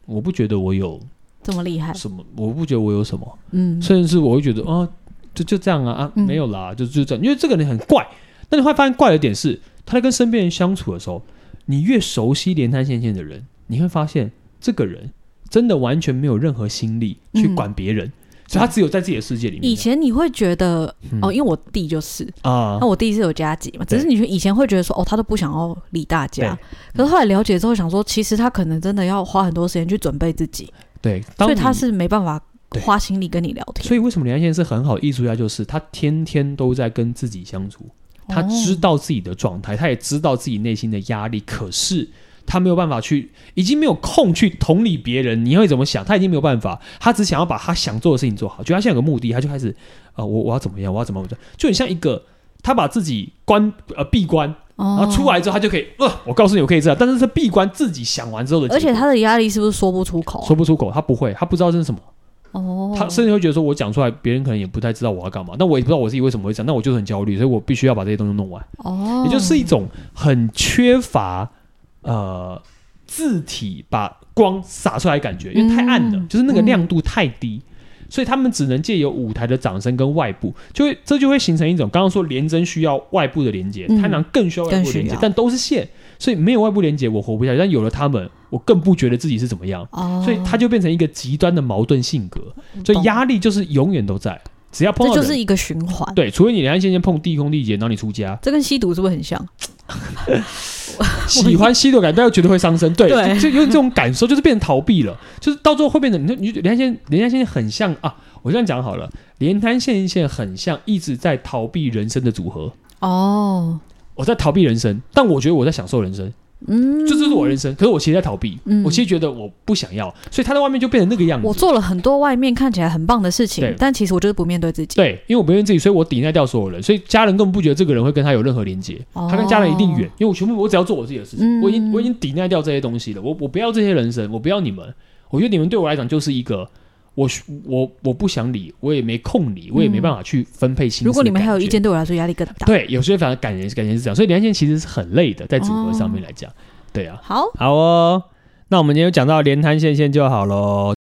B: 我不觉得我有
A: 这么厉害，
B: 什么，我不觉得我有什么，
A: 嗯，
B: 甚至我会觉得啊，就就这样啊啊，
A: 嗯
B: 没有啦，就就这样，因为这个人很怪。但你会发现怪的点是，他在跟身边人相处的时候，你越熟悉连滩线线的人，你会发现这个人真的完全没有任何心力去管别人，所以他只有在自己的世界里面
A: 嗯以前你会觉得
B: 嗯
A: 哦，因为我弟就是，
B: 啊
A: 那，我弟是有加急嘛，只
B: 对
A: 是你以前会觉得说哦，他都不想要理大家，可是后来了解之后想说，其实他可能真的要花很多时间去准备自己，
B: 对，当
A: 所以
B: 你
A: 他。是没办法
B: 对
A: 花心力跟你聊天，
B: 所以为什么连滩线是很好的艺术家？就是他天天都在跟自己相处，他
A: 哦
B: 知道自己的状态，他也知道自己内心的压力，可是他没有办法去，已经没有空去同理别人，你会怎么想？他已经没有办法，他只想要把他想做的事情做好。就他现在有个目的，他就开始，呃，我我要怎么样，我要怎么样，就很像一个。他把自己关呃闭关，然
A: 哦
B: 后出。来之后，他就可以呃，我告诉你我可以这样，但是是闭关自己想完之后的结果，
A: 而且他的压力是不是说不出口啊、
B: 说不出口，他不会，他不知道这是什么，
A: 哦，
B: 他甚至会觉得说我讲出来，别人可能也不太知道我要干嘛，那我也不知道我自己为什么会讲，那我就是很焦虑，所以我必须要把这些东西弄完。
A: 哦，
B: 也就是一种很缺乏呃字体把光洒出来的感觉，因为太暗了，
A: 嗯
B: 就是那个亮度太低。所以他们只能借由舞台的掌声跟外部，就会这就会形成一种刚刚说连针需要外部的连接，
A: 嗯
B: 贪婪更需要外部的
A: 更
B: 连
A: 需
B: 接
A: 要，
B: 但都是线，所以没有外部连接我活不下去，但有了他们，我更不觉得自己是怎么样，
A: 哦，
B: 所以他就变成一个极端的矛盾性格，所以
A: 懂
B: 压力就是永远都在，只要碰
A: 这
B: 到
A: 就
B: 人
A: 是一个循环。
B: 对，除非你两岸先先碰地空地劫，然后你出家，
A: 这跟吸毒是不是很像？
B: 喜欢吸毒感，但又觉得会伤身，对，
A: 对
B: 就就有这种感受，就是变成逃避了，就是到最后会变成，你就你就连线连线线很像啊，我这样讲好了，连滩线线很像一直在逃避人生的组合，
A: 哦，
B: 我在逃避人生，但我觉得我在享受人生，
A: 嗯，
B: 就这是我人生，可是我其实在逃避，
A: 嗯
B: 我其实觉得我不想要，所以他在外面就变成那个样
A: 我
B: 子。
A: 做了很多外面看起来很棒的事情
B: 嗯对，
A: 但其实我就是不面对自己。
B: 对，因为我不愿意自己，所以我抵赖掉所有人，所以家人根本不觉得这个人会跟他有任何连接。
A: 哦，
B: 他跟家人一定远，因为我全部我只要做我自己的事情，
A: 嗯
B: 我已经我已经抵赖掉这些东西了，我我不要这些人生，我不要你们，我觉得你们对我来讲就是一个我我我不想理，我也没空理，我也没办法去分配心思、
A: 如果你们还有意，见，对我来说压力更大。
B: 对，有些反而感人感人是这样，所以连线其实是很累的，在组合
A: 哦
B: 上面来讲，对啊，
A: 好，
B: 好哦，那我们今天就讲到连滩线线就好喽。